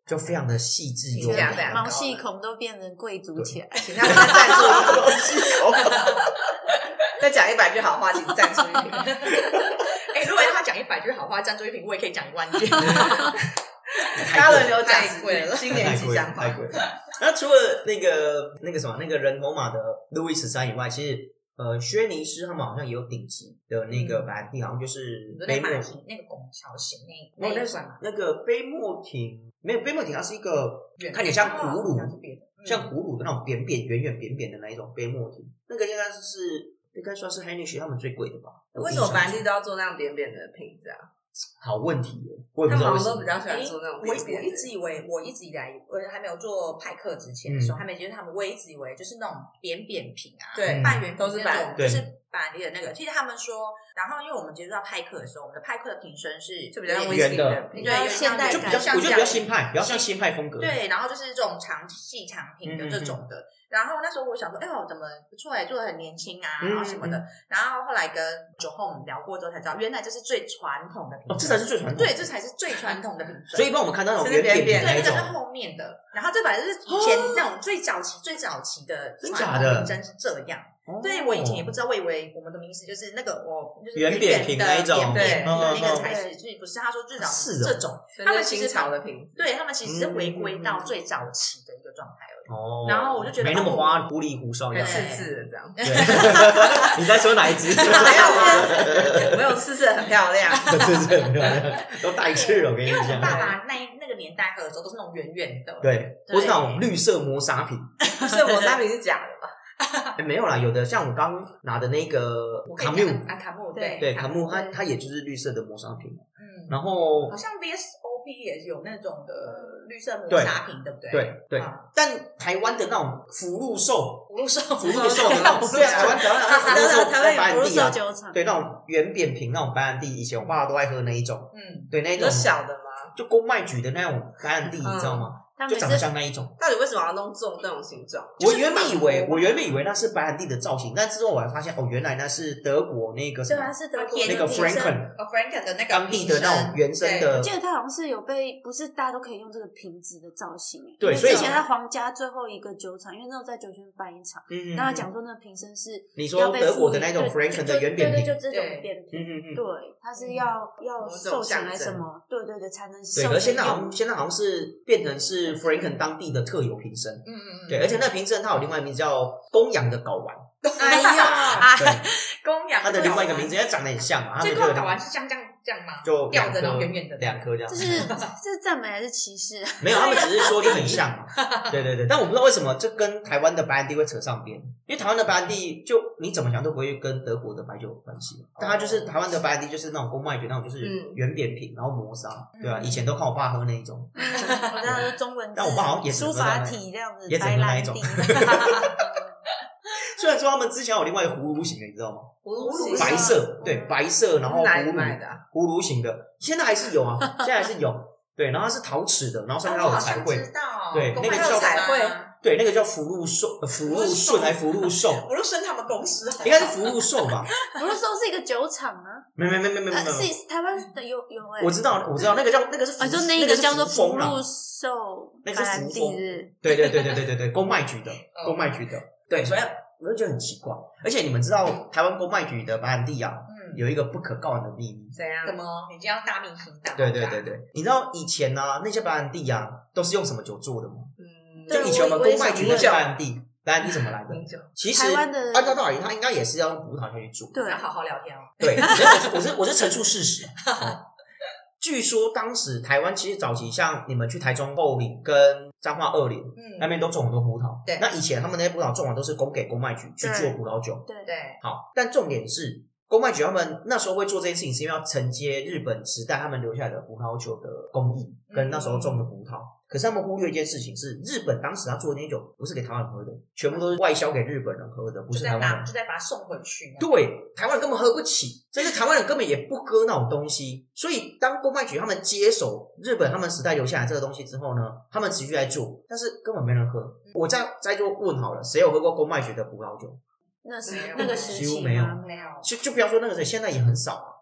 [SPEAKER 2] 就非常的细致优
[SPEAKER 1] 评价
[SPEAKER 4] 啊
[SPEAKER 1] 非
[SPEAKER 2] 雅
[SPEAKER 1] 常。
[SPEAKER 4] 毛细孔都变成贵族起 来。
[SPEAKER 1] 请他们再赞助一瓶，
[SPEAKER 2] 哦
[SPEAKER 1] 再讲一百句好话，请赞助一瓶。
[SPEAKER 3] 哎，如果要他讲一百句好话，赞助一瓶，我也可以讲一万句。
[SPEAKER 1] 大轮流讲，
[SPEAKER 3] 太贵了
[SPEAKER 1] 新年
[SPEAKER 2] 太
[SPEAKER 1] 吉
[SPEAKER 2] 贵了
[SPEAKER 1] 祥，话
[SPEAKER 2] 太。贵了。那除了那个那个什么那个人头马的路易十三以外，其实呃，轩尼诗他们好像也有顶级的那个白兰地，好像就是
[SPEAKER 3] 那
[SPEAKER 2] 杯
[SPEAKER 3] 嗯马
[SPEAKER 2] 莫
[SPEAKER 3] 蹄那个拱桥型那
[SPEAKER 2] 那
[SPEAKER 3] 那
[SPEAKER 2] 那
[SPEAKER 3] 一
[SPEAKER 2] 是
[SPEAKER 3] 款嘛，
[SPEAKER 2] 那个杯莫廷，没有杯莫廷，它是一个
[SPEAKER 3] 圆
[SPEAKER 2] 看起来像葫
[SPEAKER 3] 哦像是
[SPEAKER 2] 芦，
[SPEAKER 3] 别的嗯
[SPEAKER 2] 像葫芦的那种扁扁圆圆扁扁的那一种杯莫廷，那个应该是应该算是 h e n i s h 他们最贵的吧？
[SPEAKER 1] 为什么白兰地
[SPEAKER 2] 我印象中
[SPEAKER 1] 都要做那样扁扁的瓶子啊？
[SPEAKER 2] 好问题耶？我也
[SPEAKER 1] 他
[SPEAKER 2] 不
[SPEAKER 1] 们
[SPEAKER 2] 知道
[SPEAKER 1] 好
[SPEAKER 2] 为什
[SPEAKER 1] 像都比。较
[SPEAKER 2] 么
[SPEAKER 1] 喜欢
[SPEAKER 3] 哎
[SPEAKER 1] 做那种
[SPEAKER 3] 我
[SPEAKER 1] 扁
[SPEAKER 3] 我
[SPEAKER 1] 扁
[SPEAKER 3] 一
[SPEAKER 1] 的。
[SPEAKER 3] 直以为，我一直以来，我还没有做派克之前的时候，
[SPEAKER 2] 嗯
[SPEAKER 3] 还没觉得他们，我一直以为就是那种扁扁瓶啊，
[SPEAKER 1] 对
[SPEAKER 3] 半圆
[SPEAKER 1] 都是
[SPEAKER 3] 那
[SPEAKER 1] 板
[SPEAKER 3] 种，
[SPEAKER 2] 对
[SPEAKER 3] 就是板栗的那个。其实他们说，然后因为我们接触到派克的时候，我们的派克的瓶身是
[SPEAKER 1] 就比较
[SPEAKER 3] 有
[SPEAKER 1] 威
[SPEAKER 3] 点
[SPEAKER 1] 士忌
[SPEAKER 2] 圆的
[SPEAKER 1] 瓶
[SPEAKER 4] 比较
[SPEAKER 3] 对，
[SPEAKER 4] 现代
[SPEAKER 2] 就
[SPEAKER 3] 就
[SPEAKER 2] 比
[SPEAKER 4] 感
[SPEAKER 2] 较，我觉得比较新
[SPEAKER 3] 派。
[SPEAKER 2] 派，比较像新派风格。
[SPEAKER 3] 对，然后就是这种长细长品的这种
[SPEAKER 2] 嗯
[SPEAKER 3] 的。然后那时候我想说，哎呦，怎么不错哎，做的很年轻啊，
[SPEAKER 2] 嗯
[SPEAKER 3] 然后什么的。然后后来跟酒后我们聊过之后才知道，原来这是最传统的
[SPEAKER 2] 哦
[SPEAKER 3] 品，
[SPEAKER 2] 这
[SPEAKER 3] 种。
[SPEAKER 2] 才是最传统的。
[SPEAKER 3] 对，这才是最传统的品种。
[SPEAKER 2] 所以帮我们看到那种
[SPEAKER 1] 是那
[SPEAKER 2] 圆
[SPEAKER 1] 边
[SPEAKER 2] 扁扁
[SPEAKER 1] 扁
[SPEAKER 2] 那一
[SPEAKER 3] 对，那个
[SPEAKER 2] 种哦
[SPEAKER 3] 是，后面的，然后这反正是以前那种最早期、最早期的
[SPEAKER 2] 真
[SPEAKER 3] 传
[SPEAKER 2] 假
[SPEAKER 3] 统
[SPEAKER 2] 的
[SPEAKER 3] 名真是这样。对我以前也不知道，我以为我们的名词就是那个我就是
[SPEAKER 2] 哦圆扁平那一种
[SPEAKER 3] 圆扁平
[SPEAKER 2] 嗯
[SPEAKER 3] 的
[SPEAKER 2] 嗯
[SPEAKER 3] 那个
[SPEAKER 2] 嗯
[SPEAKER 3] 才是，就是不是他说最早
[SPEAKER 2] 是哦
[SPEAKER 3] 这种，
[SPEAKER 1] 他
[SPEAKER 3] 他
[SPEAKER 1] 们
[SPEAKER 3] 们其
[SPEAKER 1] 新
[SPEAKER 3] 实
[SPEAKER 1] 潮的瓶子，
[SPEAKER 3] 对他们其实是回归
[SPEAKER 1] 嗯嗯
[SPEAKER 3] 到
[SPEAKER 1] 嗯
[SPEAKER 3] 最早期的一个状态而已。
[SPEAKER 2] 哦，
[SPEAKER 3] 然后我就觉得
[SPEAKER 2] 没那么花糊里胡哨
[SPEAKER 1] 很
[SPEAKER 2] 一样。
[SPEAKER 1] 刺刺的这样。
[SPEAKER 2] 对你在说哪一只？
[SPEAKER 1] 没有啊，没有刺刺的很漂亮。啊
[SPEAKER 2] 是是，没有都带刺了，我跟你
[SPEAKER 3] 因为我
[SPEAKER 2] 讲。
[SPEAKER 3] 爸爸那一那个年代喝的时候都是那种圆圆的，
[SPEAKER 2] 对，
[SPEAKER 3] 对
[SPEAKER 2] 或是那种绿色磨砂瓶，
[SPEAKER 1] 圣母三瓶是假的吧？
[SPEAKER 2] 哎，没有啦，有的像我刚拿的那个
[SPEAKER 3] 我跟
[SPEAKER 2] 卡
[SPEAKER 3] 你
[SPEAKER 2] 木
[SPEAKER 3] 讲，啊卡木
[SPEAKER 4] 对
[SPEAKER 2] 对卡木，它
[SPEAKER 4] 对
[SPEAKER 2] 它也就是绿色的磨砂瓶。
[SPEAKER 3] 嗯，
[SPEAKER 2] 然后
[SPEAKER 3] 好像 VSOP 也有那种的绿色磨
[SPEAKER 2] 对
[SPEAKER 3] 砂瓶，对不对？
[SPEAKER 2] 对对
[SPEAKER 3] 啊，
[SPEAKER 2] 但台湾的那种福禄寿，
[SPEAKER 3] 葫芦寿，
[SPEAKER 2] 福禄寿的那种，对啊，台湾台湾
[SPEAKER 4] 台
[SPEAKER 2] 福禄寿
[SPEAKER 4] 湾
[SPEAKER 2] 白
[SPEAKER 4] 台湾有
[SPEAKER 2] 兰
[SPEAKER 4] 福禄
[SPEAKER 2] 地
[SPEAKER 4] 寿
[SPEAKER 2] 啊，
[SPEAKER 4] 酒厂，
[SPEAKER 2] 对那种圆扁瓶那种白兰地，以前我爸爸都爱喝那一种，
[SPEAKER 3] 嗯，
[SPEAKER 2] 对那一
[SPEAKER 1] 你
[SPEAKER 2] 种
[SPEAKER 1] 说小的吗？
[SPEAKER 2] 就公卖局的那种白兰地，你知道吗？
[SPEAKER 4] 他
[SPEAKER 2] 就
[SPEAKER 4] 们
[SPEAKER 2] 长得
[SPEAKER 4] 是
[SPEAKER 2] 像那一种。
[SPEAKER 1] 到底为什么要弄这种这种形状？
[SPEAKER 2] 我原本以为，我原本以为那是白兰地的造型，但之后我还发现，哦，原来那是德国那个什
[SPEAKER 4] 对
[SPEAKER 2] 么
[SPEAKER 4] 啊，是德国
[SPEAKER 3] 那
[SPEAKER 4] 的
[SPEAKER 2] 那个
[SPEAKER 4] 女生
[SPEAKER 2] Franken
[SPEAKER 3] 呃 Frank 的那个
[SPEAKER 2] 当地的那种原生
[SPEAKER 4] 我
[SPEAKER 2] 的
[SPEAKER 4] 记得他好像是有被，不是大家都可以用这个瓶子的造型欸。
[SPEAKER 2] 对
[SPEAKER 4] 因为
[SPEAKER 2] 所以
[SPEAKER 4] 之前在皇家最后一个酒厂，因为那时候在酒泉办一场，
[SPEAKER 2] 嗯，
[SPEAKER 4] 那他讲说那个瓶身是
[SPEAKER 2] 你说
[SPEAKER 4] 要被
[SPEAKER 2] 德
[SPEAKER 4] 赋
[SPEAKER 2] 国
[SPEAKER 4] 予
[SPEAKER 2] 的那种
[SPEAKER 4] 对
[SPEAKER 2] Franken
[SPEAKER 4] 就
[SPEAKER 2] 的圆扁
[SPEAKER 4] 对
[SPEAKER 2] 平
[SPEAKER 4] 对，就这种
[SPEAKER 3] 对
[SPEAKER 4] 扁
[SPEAKER 2] 嗯
[SPEAKER 4] 瓶，
[SPEAKER 2] 嗯 嗯，
[SPEAKER 4] 对，它是
[SPEAKER 3] 嗯
[SPEAKER 4] 要要
[SPEAKER 1] 某种
[SPEAKER 4] 授权
[SPEAKER 1] 象
[SPEAKER 4] 来什
[SPEAKER 1] 征
[SPEAKER 4] 么？对对对，才能
[SPEAKER 2] 对，
[SPEAKER 4] 授
[SPEAKER 2] 而
[SPEAKER 4] 权
[SPEAKER 2] 现在好
[SPEAKER 4] 用。
[SPEAKER 2] 像现在好像是变成是 Franken 当地的特有瓶身，
[SPEAKER 3] 嗯嗯嗯，
[SPEAKER 2] 对，而且那瓶身它有另外一名字叫公羊的睾丸，
[SPEAKER 1] 哎 呀，
[SPEAKER 2] 对，
[SPEAKER 3] 啊 公羊
[SPEAKER 2] 它的另外一个名
[SPEAKER 3] 字，
[SPEAKER 2] 字，因为长得很像嘛，它
[SPEAKER 3] 这
[SPEAKER 2] 们
[SPEAKER 3] 个
[SPEAKER 2] 就有
[SPEAKER 3] 睾丸
[SPEAKER 2] 两
[SPEAKER 3] 是像这样这样吗？
[SPEAKER 2] 就
[SPEAKER 3] 吊着
[SPEAKER 2] 两
[SPEAKER 3] 那种
[SPEAKER 2] 颗
[SPEAKER 3] 圆圆的
[SPEAKER 2] 两颗这样
[SPEAKER 4] 这，是这是赞美还是歧 视啊？
[SPEAKER 2] 没有，他们只是说就很像嘛，对对对，但我不知道为什么这跟台湾的白兰地会扯上边，因为台湾的白兰地就你怎么想都不会跟德国的白酒有关系，但它就是台湾的白兰地就是那种公卖酒那种，就是
[SPEAKER 1] 嗯
[SPEAKER 2] 圆扁平，然后磨砂，对啊，
[SPEAKER 3] 嗯
[SPEAKER 2] 以前都看我爸喝那一种，
[SPEAKER 4] 我知道是中文字，
[SPEAKER 2] 但我爸好像也只
[SPEAKER 4] 书
[SPEAKER 2] 喝到
[SPEAKER 4] 法
[SPEAKER 2] 那
[SPEAKER 4] 体这样子，
[SPEAKER 2] 也只喝
[SPEAKER 4] 白
[SPEAKER 2] 那
[SPEAKER 4] 兰
[SPEAKER 2] 一种
[SPEAKER 4] 地。
[SPEAKER 2] 虽然说他们之前有另外一个葫芦型的，你知道吗？
[SPEAKER 1] 葫
[SPEAKER 4] 芦
[SPEAKER 1] 芦
[SPEAKER 4] 形
[SPEAKER 2] 白色，对，
[SPEAKER 4] 嗯
[SPEAKER 2] 白色，然后
[SPEAKER 1] 哪里
[SPEAKER 2] 葫芦
[SPEAKER 1] 买的啊？
[SPEAKER 2] 葫芦型的，现在还是有啊，现在还是有，对，然后它是陶瓷的，然后上面
[SPEAKER 3] 啊
[SPEAKER 2] 还
[SPEAKER 3] 我
[SPEAKER 2] 有
[SPEAKER 3] 好
[SPEAKER 2] 彩
[SPEAKER 3] 像
[SPEAKER 2] 绘，
[SPEAKER 3] 知道，
[SPEAKER 2] 对
[SPEAKER 1] 哦
[SPEAKER 3] 公
[SPEAKER 2] 那个
[SPEAKER 3] 羊
[SPEAKER 2] 叫
[SPEAKER 3] 彩绘，
[SPEAKER 2] 对，那个叫福禄寿，呃福禄顺还福禄寿，
[SPEAKER 3] 我就升他们公司好了，
[SPEAKER 2] 应该是福禄寿吧？
[SPEAKER 4] 不是说是一个酒厂啊，
[SPEAKER 2] 没没没 没没没
[SPEAKER 4] 呃，
[SPEAKER 2] 没。
[SPEAKER 4] 是台湾的有有哎，
[SPEAKER 2] 我知道，我知道，那个叫那个是福，
[SPEAKER 4] 啊，就
[SPEAKER 2] 那
[SPEAKER 4] 一
[SPEAKER 2] 个
[SPEAKER 4] 叫做
[SPEAKER 2] 福
[SPEAKER 4] 福
[SPEAKER 2] 啦
[SPEAKER 4] 禄寿
[SPEAKER 2] 那
[SPEAKER 4] 白
[SPEAKER 2] 个是
[SPEAKER 4] 兰
[SPEAKER 2] 福风
[SPEAKER 4] 地日，
[SPEAKER 2] 对对对对对对对，公卖局的，公卖局的，对，所以我就觉得很奇怪。而且你们知道，台湾公卖局的白兰地啊，
[SPEAKER 3] 嗯，
[SPEAKER 2] 有一个不可告人的秘密。
[SPEAKER 1] 怎样
[SPEAKER 3] 怎？么？你今天要大明星大爆炸
[SPEAKER 2] 对对对，对，你知道以前呢、啊，那些白兰地啊，都是用什么酒做的吗？
[SPEAKER 1] 嗯，
[SPEAKER 2] 就
[SPEAKER 4] 对
[SPEAKER 2] 以前我们
[SPEAKER 4] 我也
[SPEAKER 2] 公卖
[SPEAKER 4] 想
[SPEAKER 2] 局
[SPEAKER 4] 问
[SPEAKER 2] 的白兰地，白兰地怎么来的？
[SPEAKER 3] 饮酒，
[SPEAKER 2] 其实
[SPEAKER 4] 台湾的
[SPEAKER 2] 按照道理，它应该也是要用葡萄下去煮。
[SPEAKER 4] 对
[SPEAKER 3] 要好好聊天哦。
[SPEAKER 2] 对，所以我是我是我是陈述事实。嗯据说当时台湾其实早期像你们去台中后里跟彰化二林那
[SPEAKER 3] 嗯，
[SPEAKER 2] 边都种很多葡萄，
[SPEAKER 1] 对
[SPEAKER 2] 那以前他们那些葡萄种完都是供给公卖局去做
[SPEAKER 4] 对
[SPEAKER 2] 葡萄酒。
[SPEAKER 4] 对
[SPEAKER 3] 对，
[SPEAKER 2] 好，但重点是公卖局他们那时候会做这件事情，是因为要承接日本时代他们留下来的葡萄酒的工艺跟那时候种的葡萄。可是他们忽略一件事情是，日本当时他做的那些酒不是给台湾人喝的，全部都是外销给日本人喝的，不
[SPEAKER 3] 就是
[SPEAKER 2] 台
[SPEAKER 3] 在
[SPEAKER 2] 湾
[SPEAKER 3] 拿，
[SPEAKER 2] 人
[SPEAKER 3] 就在把它送回去。
[SPEAKER 2] 对，台湾人根本喝不起，甚至台湾人根本也不喝那种东西。所以，当公卖局他们接手日本他们时代留下来这个东西之后呢，他们持续在做，但是根本没人喝。我再再做问好了，谁有喝过公卖局的葡萄酒？
[SPEAKER 4] 那时
[SPEAKER 3] 没有
[SPEAKER 4] 那个时
[SPEAKER 2] 几
[SPEAKER 4] 期
[SPEAKER 2] 乎没有
[SPEAKER 4] 吗
[SPEAKER 3] 没有，
[SPEAKER 2] 就就不要说那个谁，现在也很少啊。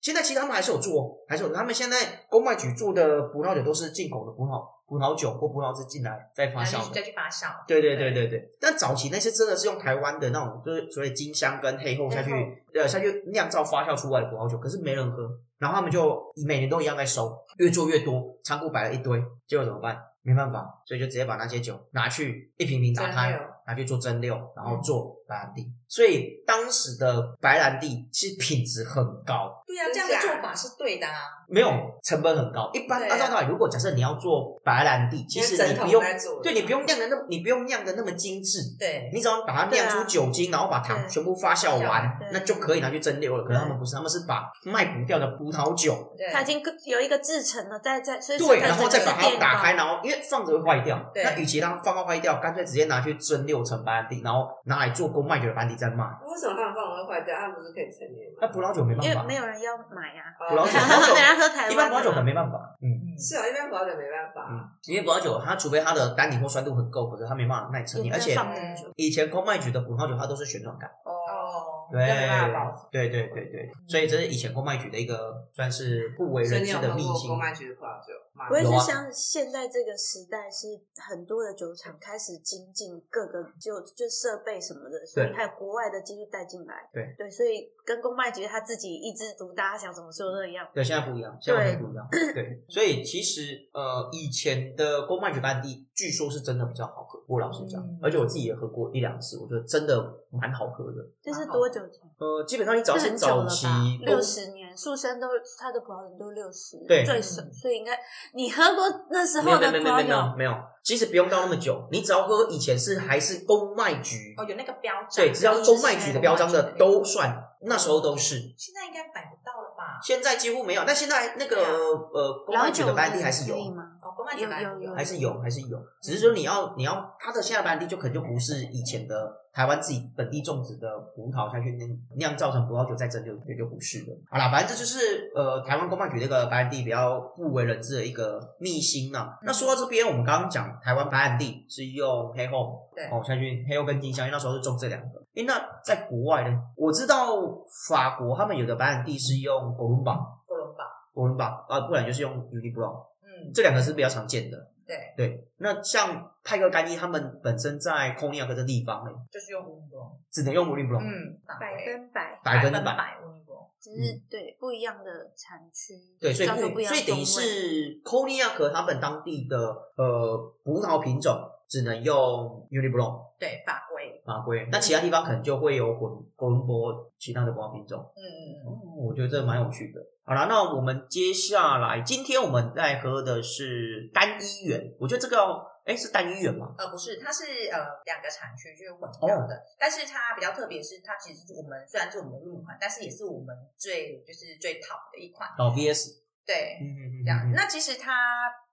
[SPEAKER 2] 现在其实他们还是有做，哦还是有。他们现在公卖局做的葡萄酒都是进口的葡萄葡萄酒或葡萄汁进来再发
[SPEAKER 3] 然后
[SPEAKER 2] 酵的
[SPEAKER 3] 就再。去发酵。
[SPEAKER 2] 对对对对对，但早期那些真的是用台湾的那种，就是所谓金香跟黑后下去
[SPEAKER 4] 黑后，
[SPEAKER 2] 呃，下去酿造发酵出来的葡萄酒，可是没人喝，然后他们就每年都一样在收，越做越多，仓库摆了一堆，结果怎么办？没办法，所以就直接把那些酒拿去一瓶瓶打
[SPEAKER 3] 蒸
[SPEAKER 2] 开
[SPEAKER 3] 馏，
[SPEAKER 2] 拿去做蒸馏，然后做白兰地。所以当时的白兰地其实品质很高，
[SPEAKER 3] 对啊呀，这样的做法是对的啊。
[SPEAKER 2] 没有成本很高。一般
[SPEAKER 3] 对啊
[SPEAKER 2] 按照道理，如果假设你要做白兰地，其实你
[SPEAKER 1] 整
[SPEAKER 2] 不
[SPEAKER 1] 桶
[SPEAKER 2] 用，
[SPEAKER 1] 在做的
[SPEAKER 2] 对你不用酿的那么，你不用酿的那么精致，
[SPEAKER 3] 对，
[SPEAKER 2] 你只要把它酿出酒精，然后把糖
[SPEAKER 4] 啊对
[SPEAKER 2] 全部发酵
[SPEAKER 3] 发酵
[SPEAKER 2] 完
[SPEAKER 3] 完，
[SPEAKER 4] 对
[SPEAKER 2] 那就可以拿去蒸馏了。可是他们不是，他们是把卖不掉的葡萄酒，
[SPEAKER 3] 对，
[SPEAKER 4] 它已经有一个制成了，在在所以
[SPEAKER 2] 对，
[SPEAKER 4] 它
[SPEAKER 2] 然后再把
[SPEAKER 4] 整
[SPEAKER 2] 它
[SPEAKER 4] 个
[SPEAKER 2] 打开，
[SPEAKER 4] 变高
[SPEAKER 2] 然后因为放着会坏掉，
[SPEAKER 3] 对
[SPEAKER 2] 那与其让它放到坏掉，干脆直接拿去蒸馏成白兰地，然后拿来做公卖酒的白兰地再卖。
[SPEAKER 1] 为什么他们放完会坏掉？他们不是可以成年
[SPEAKER 2] 那
[SPEAKER 1] 吗？
[SPEAKER 2] 葡萄酒没
[SPEAKER 4] 因
[SPEAKER 2] 办
[SPEAKER 4] 为
[SPEAKER 2] 法
[SPEAKER 4] 没，有人要买 呀、
[SPEAKER 1] 哦
[SPEAKER 2] 葡萄酒
[SPEAKER 4] 然后 大家喝台湾的嘛
[SPEAKER 2] 一般葡萄酒可能没办法，嗯。
[SPEAKER 3] 嗯
[SPEAKER 1] 是啊，一般葡萄酒没办法。
[SPEAKER 2] 嗯，因为葡萄酒，它除非它的单宁或酸度很够，否则它没办法耐成
[SPEAKER 4] 也
[SPEAKER 2] 年。
[SPEAKER 4] 不
[SPEAKER 2] 而
[SPEAKER 4] 能
[SPEAKER 2] 且
[SPEAKER 4] 放很久
[SPEAKER 2] 以前公卖局的葡萄酒，它都是旋转感。
[SPEAKER 3] 哦，
[SPEAKER 2] 对
[SPEAKER 3] 要没办法保存
[SPEAKER 2] 对对对对，所以这是以前公卖局的一个算是不为
[SPEAKER 1] 所以
[SPEAKER 2] 人
[SPEAKER 1] 你
[SPEAKER 2] 知
[SPEAKER 1] 有
[SPEAKER 2] 的
[SPEAKER 1] 喝
[SPEAKER 2] 秘
[SPEAKER 1] 过
[SPEAKER 2] 辛
[SPEAKER 1] 公。卖局的葡萄酒吗
[SPEAKER 4] 我？也
[SPEAKER 2] 有
[SPEAKER 4] 是
[SPEAKER 2] 啊
[SPEAKER 4] 像现在这个时代，是很多的酒厂开始精进各个就就设备什么的，所以
[SPEAKER 2] 对
[SPEAKER 4] 还有国外的技术带进来。
[SPEAKER 2] 对
[SPEAKER 4] 所以跟公卖局他自己一枝独大，他想怎么做都一样。
[SPEAKER 2] 对，现在不一样，现在完全不一样。对，所以其实呃，以前的公卖局班地，据说是真的比较好喝。我老实讲，
[SPEAKER 3] 嗯
[SPEAKER 2] 而且我自己也喝过一两次，我觉得真的蛮啊好喝的。
[SPEAKER 4] 这是
[SPEAKER 3] 蛮好
[SPEAKER 4] 多久前？
[SPEAKER 2] 呃，基本上你只要
[SPEAKER 4] 这
[SPEAKER 2] 是
[SPEAKER 4] 很久了
[SPEAKER 2] 早期
[SPEAKER 4] 吧？
[SPEAKER 2] 公
[SPEAKER 4] 六十年，树生都他的葡萄酒都六十，
[SPEAKER 2] 对
[SPEAKER 4] 最少，所以应该你喝过那时
[SPEAKER 2] 没
[SPEAKER 4] 候
[SPEAKER 2] 有没
[SPEAKER 4] 的
[SPEAKER 2] 有
[SPEAKER 4] 葡
[SPEAKER 2] 没有没
[SPEAKER 4] 萄
[SPEAKER 2] 有
[SPEAKER 4] 酒，
[SPEAKER 2] 没有，其实不用到那么久，你只要喝以前是还是公卖局，
[SPEAKER 3] 哦，有那个标章，
[SPEAKER 2] 对，只要是公卖局的标章
[SPEAKER 3] 公
[SPEAKER 2] 的
[SPEAKER 3] 卖局
[SPEAKER 2] 都算，那时候都是。
[SPEAKER 3] 现在应该买不到了吧？
[SPEAKER 2] 现在几乎没有，但现在那个
[SPEAKER 3] 对啊
[SPEAKER 2] 呃，公
[SPEAKER 4] 老
[SPEAKER 2] 安局
[SPEAKER 4] 酒
[SPEAKER 2] 的班
[SPEAKER 4] 的
[SPEAKER 2] 地还是
[SPEAKER 4] 可以
[SPEAKER 2] 有，
[SPEAKER 4] 吗？
[SPEAKER 3] 哦，公卖
[SPEAKER 4] 有
[SPEAKER 3] 酒版
[SPEAKER 4] 有有
[SPEAKER 2] 还是有，还是有。只是
[SPEAKER 3] 嗯
[SPEAKER 2] 说你要你要它的现在班地就可能就不是以前的台湾自己本地种植的葡萄下去酿酿造成葡萄酒再蒸馏，也就不是了。好啦，反正这就是呃台湾公卖局那个白兰地比较不为人知的一个秘辛呐、
[SPEAKER 3] 嗯
[SPEAKER 2] 那说到这边，我们刚刚讲台湾白兰地是用黑后
[SPEAKER 3] 对
[SPEAKER 2] 哦，下去黑柚跟金香，因为那时候是种这两个。诶，那在国外呢？我知道法国他们有的白兰地是用狗伦堡。
[SPEAKER 3] 哥伦堡，
[SPEAKER 2] 国伦堡啊，不然就是用 Unibrow，
[SPEAKER 3] 嗯，
[SPEAKER 2] 这两个是比较常见的。
[SPEAKER 3] 对，
[SPEAKER 2] 对，那像派克甘一他们本身在空尼亚克这地方呢，
[SPEAKER 3] 就是用乌龙，
[SPEAKER 2] 只能用 Unibrow，、
[SPEAKER 3] 嗯，
[SPEAKER 4] 百分百，
[SPEAKER 2] 百分之
[SPEAKER 3] 之
[SPEAKER 2] 百。
[SPEAKER 3] 百乌龙，
[SPEAKER 4] 只是对不一样的产区，
[SPEAKER 2] 嗯对，所以
[SPEAKER 4] 造成
[SPEAKER 2] 不
[SPEAKER 4] 不一样
[SPEAKER 2] 所
[SPEAKER 4] 的
[SPEAKER 2] 以等于
[SPEAKER 4] 风味
[SPEAKER 2] 是 c o n i a c 他们当地的呃葡萄品种只能用 Unibrow
[SPEAKER 3] 对，法规，
[SPEAKER 2] 法规，那其他地方可能就会有混哥伦博其他的葡萄品种。
[SPEAKER 3] 嗯嗯嗯，
[SPEAKER 2] 哦，我觉得这蛮有趣的。好啦，那我们接下来今天我们在喝的是单一元，我觉得这个要哎是单一元吗？
[SPEAKER 3] 呃，不是，它是呃两个产区就是混
[SPEAKER 2] 哦
[SPEAKER 3] 掉的，但是它比较特别是，它其实是我们虽然是我们的入款，但是也是我们最就是最 top 的一款，
[SPEAKER 2] 哦，VS，
[SPEAKER 3] 对，
[SPEAKER 2] 嗯嗯嗯，
[SPEAKER 3] 这样。
[SPEAKER 2] 嗯
[SPEAKER 3] 那其实他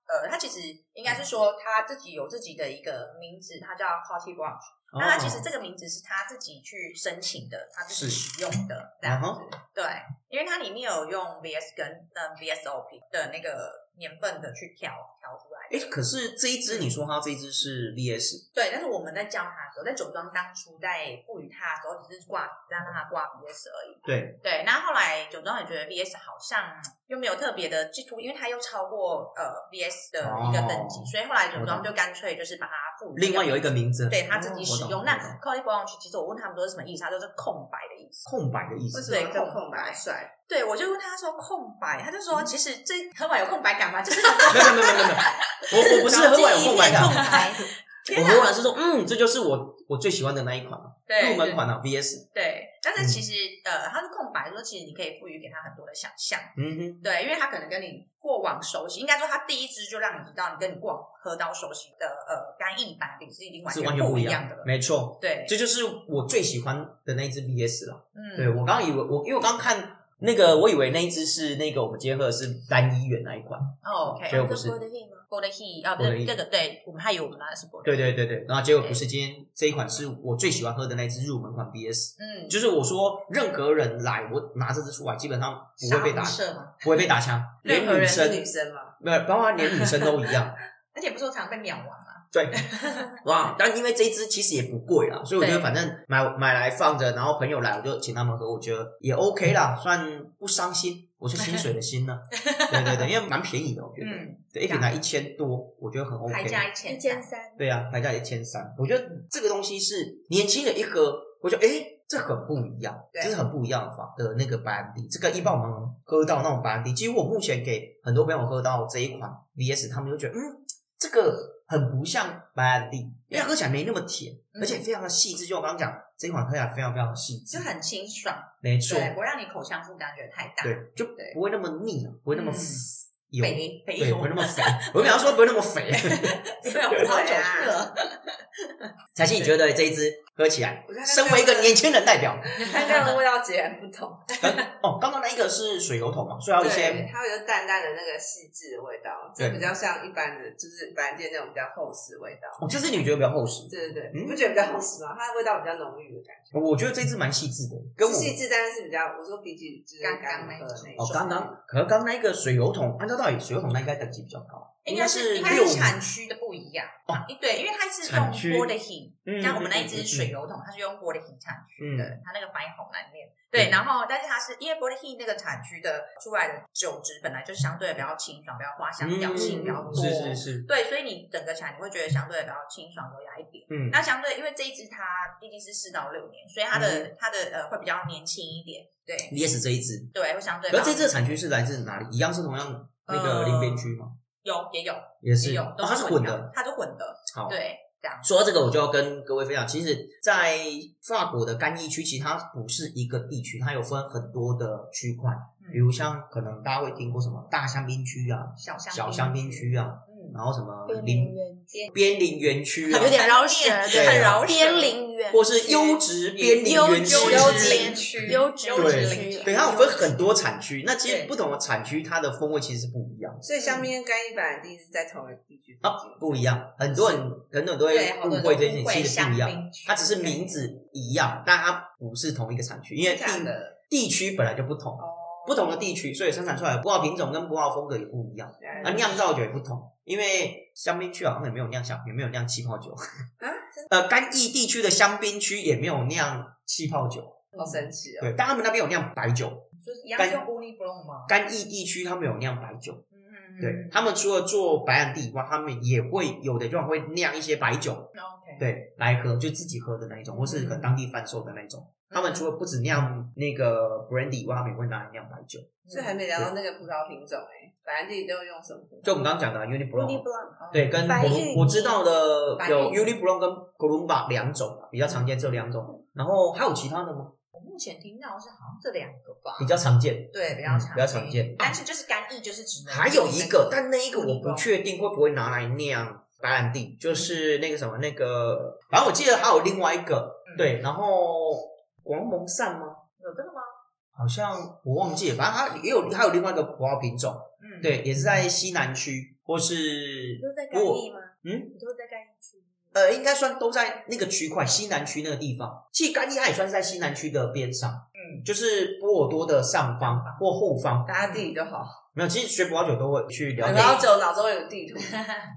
[SPEAKER 3] 呃，他其实应该是说他自己有自己的一个名字，他叫 Hotty Brunch。
[SPEAKER 2] 哦
[SPEAKER 3] 那他其实这个名字是他自己去申请的，他自
[SPEAKER 2] 是
[SPEAKER 3] 己使用的这样
[SPEAKER 2] 嗯
[SPEAKER 3] 子。对，因为它里面有用 VS 跟嗯 VSOP 的那个年份的去调调出来
[SPEAKER 2] 哎，
[SPEAKER 3] 的。
[SPEAKER 2] 可是这一支你说它这一支是 VS，
[SPEAKER 3] 对，但是我们在教他的时候，在酒庄当初在赋予他的时候，只是挂让他挂 VS 而已。
[SPEAKER 2] 对，
[SPEAKER 3] 对，那后来酒庄也觉得 VS 好像又没有特别的去突，因为它又超过呃 VS 的一个等级，
[SPEAKER 2] 哦
[SPEAKER 3] 所以后来酒庄就干脆就是把它赋予
[SPEAKER 2] 另外有一个名字，
[SPEAKER 3] 对他自己使用。
[SPEAKER 2] 哦
[SPEAKER 3] 那
[SPEAKER 2] 我懂我懂
[SPEAKER 3] c o l i b r a n c h 其实我问他们说是什么意思，他说是空白的意思。
[SPEAKER 2] 空白的意
[SPEAKER 1] 为
[SPEAKER 2] 思，
[SPEAKER 1] 什么
[SPEAKER 3] 对
[SPEAKER 1] 叫
[SPEAKER 3] 空
[SPEAKER 1] 空白
[SPEAKER 3] 白
[SPEAKER 1] 帅？
[SPEAKER 3] 对，我就问他说空白，他就
[SPEAKER 2] 嗯
[SPEAKER 3] 说其实 这喝完有空白感吗？就是
[SPEAKER 2] 没有没有没有没有，我我不是喝完有空白
[SPEAKER 4] 脑
[SPEAKER 2] 感，
[SPEAKER 4] 筋一片空白
[SPEAKER 2] 我喝完是说，嗯，这就是我我最喜欢的那一款嘛，
[SPEAKER 3] 对
[SPEAKER 2] 入门款啊，VS，
[SPEAKER 3] 对，但是其实、呃，它是空白，说其实你可以赋予给他很多的想象，
[SPEAKER 2] 嗯哼，
[SPEAKER 3] 对，因为他可能跟你过往熟悉，应该说他第一支就让你知道你跟你过往喝到熟悉的呃干硬白领是已经完
[SPEAKER 2] 是完全
[SPEAKER 3] 不
[SPEAKER 2] 不一
[SPEAKER 3] 样的
[SPEAKER 2] 样的，
[SPEAKER 3] 了，
[SPEAKER 2] 没错，
[SPEAKER 3] 对，
[SPEAKER 2] 这就是我最喜欢的那一支 VS 了。
[SPEAKER 3] 嗯，
[SPEAKER 2] 对我刚刚以为我因为我刚看。那个我以为那一支是那个我们今天喝的是单一元那一款，
[SPEAKER 3] 哦，OK，
[SPEAKER 2] 就不是
[SPEAKER 4] Golden Hill 吗？
[SPEAKER 3] 波的 he 啊，不
[SPEAKER 2] Golden
[SPEAKER 3] 是
[SPEAKER 2] Hill
[SPEAKER 3] 这个，对我们还以为我们拿的是波的
[SPEAKER 2] 对
[SPEAKER 3] he，
[SPEAKER 2] 对对对，然后结果不是今天这一款是我最喜欢喝的那一支入门款 VS，
[SPEAKER 3] 嗯，
[SPEAKER 2] 就是我说任何人来我拿这支出来，基本上不会被打
[SPEAKER 3] 杀无，赦嘛，
[SPEAKER 2] 不会被打枪，连
[SPEAKER 1] 任何
[SPEAKER 2] 女
[SPEAKER 1] 人是
[SPEAKER 2] 生
[SPEAKER 1] 女生嘛，
[SPEAKER 2] 没有，包括连女生都一样，
[SPEAKER 3] 而且不是我常被秒完嘛，
[SPEAKER 2] 对，哇！但因为这一支其实也不贵啦，所以我觉得
[SPEAKER 3] 对
[SPEAKER 2] 反正买买来放着，然后朋友来我就请他们喝，我觉得也 OK 啦，算不伤心。我是薪水的薪呢，对对对，因为蛮便宜的，我觉得，
[SPEAKER 3] 嗯，
[SPEAKER 2] 对，一瓶才一千多，我觉得很 OK。
[SPEAKER 3] 还加一
[SPEAKER 4] 一
[SPEAKER 3] 千
[SPEAKER 4] 千
[SPEAKER 3] 三，
[SPEAKER 4] 三，
[SPEAKER 2] 对啊，牌价一千三，我觉得这个东西是年轻人一喝，我觉得诶这很不一样，
[SPEAKER 3] 对
[SPEAKER 2] 这是很不一样的法的那个白兰地。这个一般我们喝到那种白兰地，几乎我目前给很多朋友喝到这一款 VS，他们就觉得嗯，这个很不像白兰地，因为它喝起来没那么甜，
[SPEAKER 3] 嗯
[SPEAKER 2] 而且非常的细致。就我刚刚讲，这一款喝起来非常非常的细致
[SPEAKER 3] 就，很清爽，
[SPEAKER 2] 没错，
[SPEAKER 3] 对，不让你口腔负担觉得太大，
[SPEAKER 2] 对，就
[SPEAKER 3] 对
[SPEAKER 2] 不会那么腻啊，不会那么
[SPEAKER 3] 嗯
[SPEAKER 2] 油，
[SPEAKER 3] 肥肥
[SPEAKER 2] 对，
[SPEAKER 3] 油
[SPEAKER 2] 不会那么肥。 我想说不会那么 肥。
[SPEAKER 3] 对，我跑久去了，
[SPEAKER 2] 才欣，你觉得这一支喝起来
[SPEAKER 1] 我觉，得它
[SPEAKER 2] 身为一个
[SPEAKER 1] 跟
[SPEAKER 2] 年轻人代表，
[SPEAKER 1] 它这样的味道截然不同，
[SPEAKER 2] 哦，刚刚那一个是水油头嘛，所以还有一
[SPEAKER 1] 对，
[SPEAKER 2] 些
[SPEAKER 1] 它有淡淡的那个细致的味道，这
[SPEAKER 2] 对
[SPEAKER 1] 比较像一般的，就是白兰地那种比较厚实的味道。
[SPEAKER 2] 哦，这支你觉得比较厚实，
[SPEAKER 1] 对对对，
[SPEAKER 2] 嗯
[SPEAKER 1] 你不觉得比较厚实吗？它的味道比较浓郁的感觉，
[SPEAKER 2] 我觉得这支蛮细致的，跟
[SPEAKER 1] 是
[SPEAKER 2] 我
[SPEAKER 1] 细致，但是比较，我说比起就是
[SPEAKER 3] 刚刚
[SPEAKER 1] 刚
[SPEAKER 3] 那一
[SPEAKER 1] 喝的那一
[SPEAKER 3] 种
[SPEAKER 2] 哦
[SPEAKER 1] 种
[SPEAKER 2] 刚刚，可是刚刚那一个水油桶，按照道理水油桶那应该等级比较高，
[SPEAKER 3] 应该
[SPEAKER 2] 是
[SPEAKER 3] 是应该
[SPEAKER 2] 六
[SPEAKER 3] 是产区的不一样
[SPEAKER 2] 哦，
[SPEAKER 3] 对，因为它是
[SPEAKER 2] 产
[SPEAKER 3] 用
[SPEAKER 2] 区
[SPEAKER 3] 波的 he，
[SPEAKER 2] 嗯
[SPEAKER 3] 像我们那一只水油桶，它是用波的 he 产区的
[SPEAKER 2] 嗯，
[SPEAKER 3] 它那个白好难念。
[SPEAKER 2] 嗯
[SPEAKER 3] 对，然后但是它是因为波的 he 那个产区的出来的酒质本来就相对比较清爽，比较花香调性比较多，
[SPEAKER 2] 嗯是是是，
[SPEAKER 3] 对，所以你整个起来你会觉得相对比较清爽优雅一点。
[SPEAKER 2] 嗯，
[SPEAKER 3] 那相对因为这一支它毕竟是四到六年，所以它
[SPEAKER 2] 嗯
[SPEAKER 3] 的它的呃会比较年轻一点，对
[SPEAKER 2] VS 这一支，
[SPEAKER 3] 对，会相对
[SPEAKER 2] 嗯
[SPEAKER 3] 比
[SPEAKER 2] 可
[SPEAKER 3] 较。
[SPEAKER 2] 是这支的产区是来自哪里？一样是同样那个
[SPEAKER 3] 呃
[SPEAKER 2] 林边区吗？
[SPEAKER 3] 有也有
[SPEAKER 2] 也
[SPEAKER 3] 也
[SPEAKER 2] 是，
[SPEAKER 3] 有
[SPEAKER 2] 哦，
[SPEAKER 3] 都
[SPEAKER 2] 它是混的，，
[SPEAKER 3] 它是混的，
[SPEAKER 2] 好，
[SPEAKER 3] 对，这样
[SPEAKER 2] 说到这个，我就要跟各位分享，其实，在法国的干邑区，其实它不是一个地区，它有分很多的区块，
[SPEAKER 3] 嗯
[SPEAKER 2] 比如像可能大家会听过什么大香槟区啊、
[SPEAKER 3] 小香
[SPEAKER 2] 小香槟区啊，
[SPEAKER 3] 嗯，
[SPEAKER 2] 然后什么
[SPEAKER 4] 边
[SPEAKER 2] 林
[SPEAKER 4] 陵园区，
[SPEAKER 2] 边陵园区啊，
[SPEAKER 4] 有点饶舌
[SPEAKER 3] 很，
[SPEAKER 2] 对
[SPEAKER 4] 很
[SPEAKER 3] 饶舌
[SPEAKER 4] 边陵园区，
[SPEAKER 2] 或是优质边陵
[SPEAKER 4] 优
[SPEAKER 2] 园区
[SPEAKER 4] 质。优质
[SPEAKER 3] 林区
[SPEAKER 4] 优质
[SPEAKER 3] 优质
[SPEAKER 4] 林
[SPEAKER 3] 林
[SPEAKER 4] 区，
[SPEAKER 2] 对，它有分很多产区，那其实
[SPEAKER 3] 对
[SPEAKER 2] 不同的产区，它的风味其实是不一样的
[SPEAKER 1] 所以香槟跟干邑白兰地是在同一个地区
[SPEAKER 2] 啊，不一样。很多人很多人都会
[SPEAKER 3] 对好多
[SPEAKER 2] 误
[SPEAKER 3] 人
[SPEAKER 2] 会这件事
[SPEAKER 3] 误会
[SPEAKER 2] 情，其实不一
[SPEAKER 3] 香
[SPEAKER 2] 样
[SPEAKER 3] 槟区，
[SPEAKER 2] 它只是名字一样，但它不是同一个产区，因为地
[SPEAKER 1] 这样的
[SPEAKER 2] 地区本来就不同，
[SPEAKER 1] 哦，
[SPEAKER 2] 不同的地区，所以生产出来的葡萄品种跟葡萄风格也不一样，
[SPEAKER 1] 原
[SPEAKER 2] 啊，
[SPEAKER 1] 来如此
[SPEAKER 2] 酿造酒也不同，因为香槟区好像也没有酿香，也没有酿气泡酒，
[SPEAKER 1] 啊，
[SPEAKER 2] 呃，干邑地区的香槟区也没有酿气泡酒，
[SPEAKER 1] 好神奇哦！
[SPEAKER 2] 对，但他们那边有酿白酒，
[SPEAKER 3] 嗯就是一样是用 u n i b l o n 吗？
[SPEAKER 2] 干邑地区他们有酿白酒，
[SPEAKER 3] 嗯嗯嗯，
[SPEAKER 2] 对他们除了做白兰地以外，他们也会有的地方会酿一些白酒，
[SPEAKER 3] OK，
[SPEAKER 2] 对，来喝就自己喝的那一种，或是可能当地贩售的那一种。他
[SPEAKER 1] 嗯
[SPEAKER 2] 们除了不止酿那个 brandy 以外，他们也会拿来酿白酒。
[SPEAKER 1] 所以还没聊到那个葡萄品种哎，白兰地都用什么葡萄？
[SPEAKER 2] 就我们刚刚讲的 u n i b r o
[SPEAKER 4] Rudy
[SPEAKER 2] n
[SPEAKER 4] Blanc，
[SPEAKER 2] 对，跟
[SPEAKER 4] 白玉
[SPEAKER 2] Colum- 我知道的
[SPEAKER 3] 白玉
[SPEAKER 2] 有 u n i b r o n 跟 Columba 两种，比较常见这两
[SPEAKER 3] 嗯
[SPEAKER 2] 种。然后还有其他的吗？
[SPEAKER 3] 我目前听到是好像这两个吧，
[SPEAKER 2] 比较常见。
[SPEAKER 3] 对比较
[SPEAKER 2] 嗯
[SPEAKER 3] 常
[SPEAKER 2] 比较常见
[SPEAKER 3] 但是就是干邑就是只能
[SPEAKER 2] 还有一个，但那一个
[SPEAKER 3] Unibrow
[SPEAKER 2] 我不确定会不会拿来酿白兰
[SPEAKER 3] 嗯
[SPEAKER 2] 地，就是那个什么那个，反正我记得还有另外一个，
[SPEAKER 3] 嗯
[SPEAKER 2] 对，然后黄蒙散吗？
[SPEAKER 3] 有这个吗？
[SPEAKER 2] 好像我忘记了，反正它也有还有另外一个葡萄品种，
[SPEAKER 3] 嗯，
[SPEAKER 2] 对，也是在西南区或是
[SPEAKER 4] 你都在干邑吗？
[SPEAKER 2] 嗯，
[SPEAKER 4] 你都在干邑区。
[SPEAKER 2] 呃，应该算都在那个区块，西南区那个地方。其实干邑它也算是在西南区的边上，
[SPEAKER 3] 嗯，
[SPEAKER 2] 就是波尔多的上方或后方。
[SPEAKER 1] 大家地理就好，
[SPEAKER 2] 没有，其实学葡萄酒都会去了
[SPEAKER 1] 葡
[SPEAKER 2] 解，
[SPEAKER 1] 萄酒脑中有地图，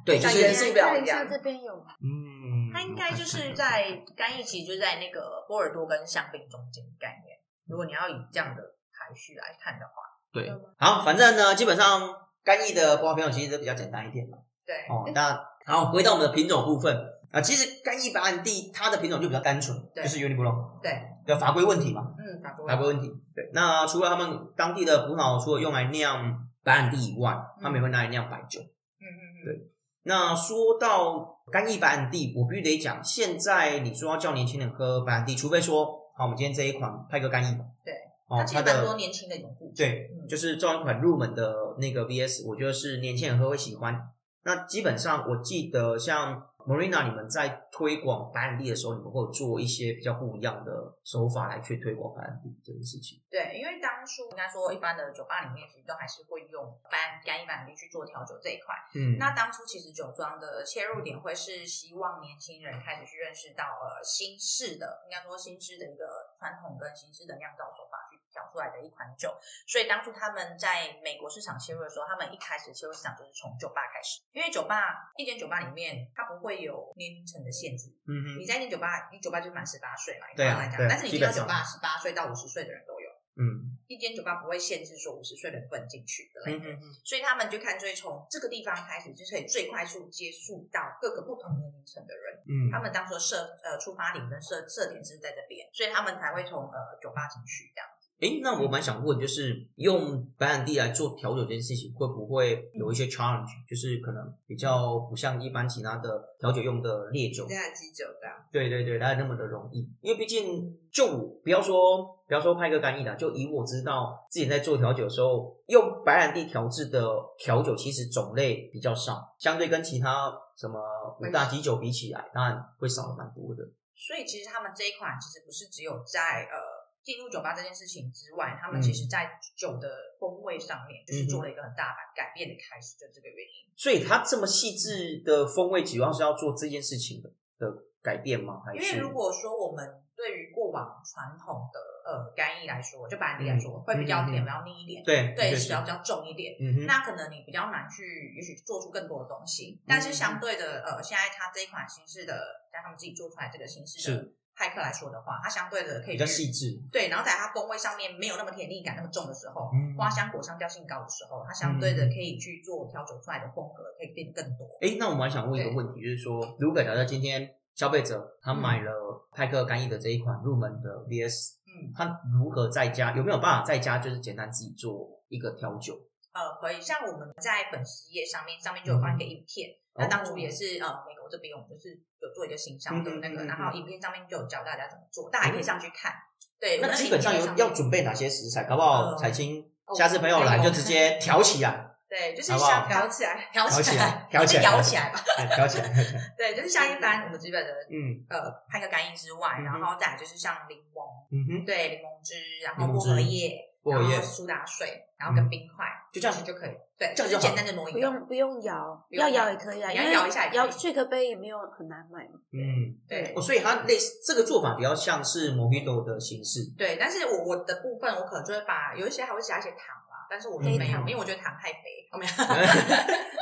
[SPEAKER 2] 对，就
[SPEAKER 1] 像
[SPEAKER 2] 是
[SPEAKER 1] 元素表一样
[SPEAKER 4] 看一下这边有吗？
[SPEAKER 2] 嗯，
[SPEAKER 3] 它应该就是在干邑，其实就在那个波尔多跟香槟中间的概念。如果你要以这样的排序来看的话，
[SPEAKER 2] 对
[SPEAKER 4] 有吗。
[SPEAKER 2] 好，反正呢，基本上干邑的葡萄品种其实都比较简单一点嘛。
[SPEAKER 3] 对，
[SPEAKER 2] 哦，那好，回到我们的品种部分啊，其实干邑白兰地它的品种就比较单纯，
[SPEAKER 3] 对
[SPEAKER 2] 就是 u n i b r o n
[SPEAKER 3] 对，
[SPEAKER 2] 的法规问题嘛。
[SPEAKER 3] 嗯，法国
[SPEAKER 2] 法规问题。对，那除了他们当地的葡萄除了用来酿白兰地以外，他们也会拿来酿白酒。
[SPEAKER 3] 嗯嗯嗯嗯，
[SPEAKER 2] 对那说到干邑白兰地，我必须得讲，现在你说要叫年轻人喝白兰地，除非说，好，我们今天这一款派克干邑，
[SPEAKER 3] 对，
[SPEAKER 2] 哦
[SPEAKER 3] 它，其
[SPEAKER 2] 它
[SPEAKER 3] 实蛮多
[SPEAKER 2] 的
[SPEAKER 3] 年轻的用户，
[SPEAKER 2] 对，
[SPEAKER 3] 嗯
[SPEAKER 2] 就是这一款入门的那个 VS，我觉得是年轻人喝会喜欢。那基本上我记得像 Marina 你们在推广白兰地的时候，你们会有做一些比较不一样的手法来去推广白兰地这件事情。
[SPEAKER 3] 对，因为当初应该说一般的酒吧里面其实都还是会用干干一板栗去做调酒这一块。
[SPEAKER 2] 嗯，
[SPEAKER 3] 那当初其实酒庄的切入点会是希望年轻人开始去认识到呃新式的，应该说新式的一个传统跟新式的酿造手法去调出来的一款酒。所以当初他们在美国市场切入的时候，他们一开始切入市场就是从酒吧开始，因为酒吧一间酒吧里面它不会有年龄层的限制，
[SPEAKER 2] 嗯哼
[SPEAKER 3] 你在一间酒吧，你酒吧就是满十八岁嘛，一
[SPEAKER 2] 对啊
[SPEAKER 3] 般来讲，
[SPEAKER 2] 对啊
[SPEAKER 3] 但是你
[SPEAKER 2] 基
[SPEAKER 3] 进
[SPEAKER 2] 本
[SPEAKER 3] 到酒吧
[SPEAKER 2] 上
[SPEAKER 3] 十八岁到五十岁的人都有。
[SPEAKER 2] 嗯
[SPEAKER 3] 一间酒吧不会限制说五十岁的人不能进去的类
[SPEAKER 2] 嗯
[SPEAKER 3] 的，
[SPEAKER 2] 哼嗯
[SPEAKER 3] 所以他们就看最从这个地方开始，就可以最快速接触到各个不同年龄层的人。
[SPEAKER 2] 嗯，
[SPEAKER 3] 他们当初设呃出发点跟设设点是在这边，所以他们才会从呃酒吧进去这样。
[SPEAKER 2] 诶，那我蛮想问，就是用白兰地来做调酒这件事情，会不会有
[SPEAKER 3] 嗯
[SPEAKER 2] 一些 challenge？就是可能比较不像一般其他的调酒用的烈酒
[SPEAKER 3] 啊
[SPEAKER 1] 这，样基酒的，
[SPEAKER 2] 对对对，它那么的容易。因为毕竟，就我不要说不要说派克干邑啦，就以我知道自己在做调酒的时候，用白兰地调制的调酒其实种类比较少，相对跟其他什么五
[SPEAKER 3] 嗯
[SPEAKER 2] 大基酒比起来，当然会少了蛮多的。
[SPEAKER 3] 所以其实他们这一款其实不是只有在呃进入酒吧这件事情之外，他们其实在酒的风味上面就是做了一个很大的改变的开始，就这个原因。
[SPEAKER 2] 所以它这么细致的风味，主要是要做这件事情的的改变吗？还
[SPEAKER 3] 因
[SPEAKER 2] 是
[SPEAKER 3] 为如果说我们对于过往传统的呃干邑来说，就白兰地来说，会比较甜，
[SPEAKER 2] 嗯
[SPEAKER 3] 比较腻一点，
[SPEAKER 2] 对
[SPEAKER 3] 对，
[SPEAKER 2] 就是
[SPEAKER 3] 比较比较重一点。
[SPEAKER 2] 嗯哼，
[SPEAKER 3] 那可能你比较难去，也许做出更多的东西，但是
[SPEAKER 2] 嗯
[SPEAKER 3] 相对的，呃，现在它这一款形式的，像他们自己做出来这个形式的
[SPEAKER 2] 是
[SPEAKER 3] 派克来说的话，它相对的可以
[SPEAKER 2] 比较
[SPEAKER 3] 去
[SPEAKER 2] 细致，
[SPEAKER 3] 对，然后在它风味上面没有那么甜腻感那么重的时候，
[SPEAKER 2] 嗯
[SPEAKER 3] 花香果香调性高的时候，它相对的可以去做调酒出来的风格可以变更多。
[SPEAKER 2] 诶，那我们还想问一个问题，就是说，如果假设今天消费者
[SPEAKER 3] 嗯
[SPEAKER 2] 他买了派克干邑的这一款入门的 VS，
[SPEAKER 3] 嗯，
[SPEAKER 2] 他如何在家有没有办法在家就是简单自己做一个调酒？
[SPEAKER 3] 呃，可以，像我们在粉丝页上面上面
[SPEAKER 2] 嗯
[SPEAKER 3] 就有放一个影片，那当初也是呃，美国这边我们就是有做一个形象的那
[SPEAKER 2] 哦嗯嗯
[SPEAKER 3] 个，
[SPEAKER 2] 嗯嗯哦
[SPEAKER 3] 然后影片上面就有教大家怎么做，大家也可以上去看。对，我
[SPEAKER 2] 那
[SPEAKER 3] 们
[SPEAKER 2] 基本上有
[SPEAKER 3] 影片
[SPEAKER 2] 要
[SPEAKER 3] 面
[SPEAKER 2] 准备哪些食材？搞不好
[SPEAKER 3] 呃
[SPEAKER 2] 彩青
[SPEAKER 3] 哦
[SPEAKER 2] 下次朋友来就直接调起来，
[SPEAKER 3] 对，就是
[SPEAKER 2] 好不好
[SPEAKER 3] 像
[SPEAKER 1] 挑
[SPEAKER 3] 调
[SPEAKER 1] 起来，
[SPEAKER 3] 调
[SPEAKER 2] 挑起来
[SPEAKER 3] 来，
[SPEAKER 2] 挑起来
[SPEAKER 3] 摇起来吧。
[SPEAKER 2] 哎调起来，调起来，
[SPEAKER 3] 对，就是像一般我们基本的
[SPEAKER 2] 嗯
[SPEAKER 3] 呃拍个干音之外，
[SPEAKER 2] 嗯哼
[SPEAKER 3] 然后再来就是像柠檬，
[SPEAKER 2] 嗯哼，
[SPEAKER 3] 对，柠檬汁，然后
[SPEAKER 2] 柠
[SPEAKER 3] 薄
[SPEAKER 2] 檬汁
[SPEAKER 3] 荷叶，
[SPEAKER 2] 薄荷叶嗯
[SPEAKER 3] 然后苏打水，然后跟冰块，
[SPEAKER 2] 就这样
[SPEAKER 3] 就可以。对，
[SPEAKER 2] 这样就好
[SPEAKER 3] 是简单的挪
[SPEAKER 4] 不
[SPEAKER 3] 一个。
[SPEAKER 4] 用不用摇，
[SPEAKER 3] 不用
[SPEAKER 4] 要
[SPEAKER 3] 摇
[SPEAKER 4] 摇也可以啊，
[SPEAKER 3] 你
[SPEAKER 4] 因
[SPEAKER 3] 要
[SPEAKER 4] 为
[SPEAKER 3] 摇一下也可以
[SPEAKER 4] 摇去个杯也没有很难买嘛。
[SPEAKER 2] 嗯，
[SPEAKER 3] 对
[SPEAKER 2] 哦，所以它类似这个做法比较像是 Mojito 的形 式，
[SPEAKER 3] 对，但是我我的部分我可能就会把有一些还会加一些糖啦，但是我就
[SPEAKER 4] 黑
[SPEAKER 3] 没有，
[SPEAKER 4] 糖
[SPEAKER 3] 因为我觉得糖太肥，
[SPEAKER 2] 哦
[SPEAKER 3] 我没有。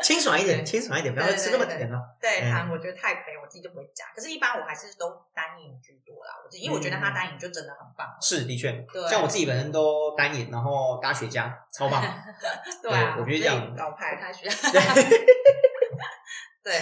[SPEAKER 2] 清爽一点，
[SPEAKER 3] 对
[SPEAKER 2] 清爽一点，不要吃那么甜了。
[SPEAKER 3] 对
[SPEAKER 2] 嗯
[SPEAKER 3] 糖，我觉得太肥，我自己就不会加。可是，一般我还是都单饮居多啦。我自己，因为我觉得
[SPEAKER 2] 嗯
[SPEAKER 3] 它单饮就真的很棒。
[SPEAKER 2] 是，的确，
[SPEAKER 3] 对
[SPEAKER 2] 像我自己本身都单饮，然后搭雪茄，超 棒。
[SPEAKER 3] 对啊，
[SPEAKER 2] 对我觉得这样
[SPEAKER 3] 老派 开学。对，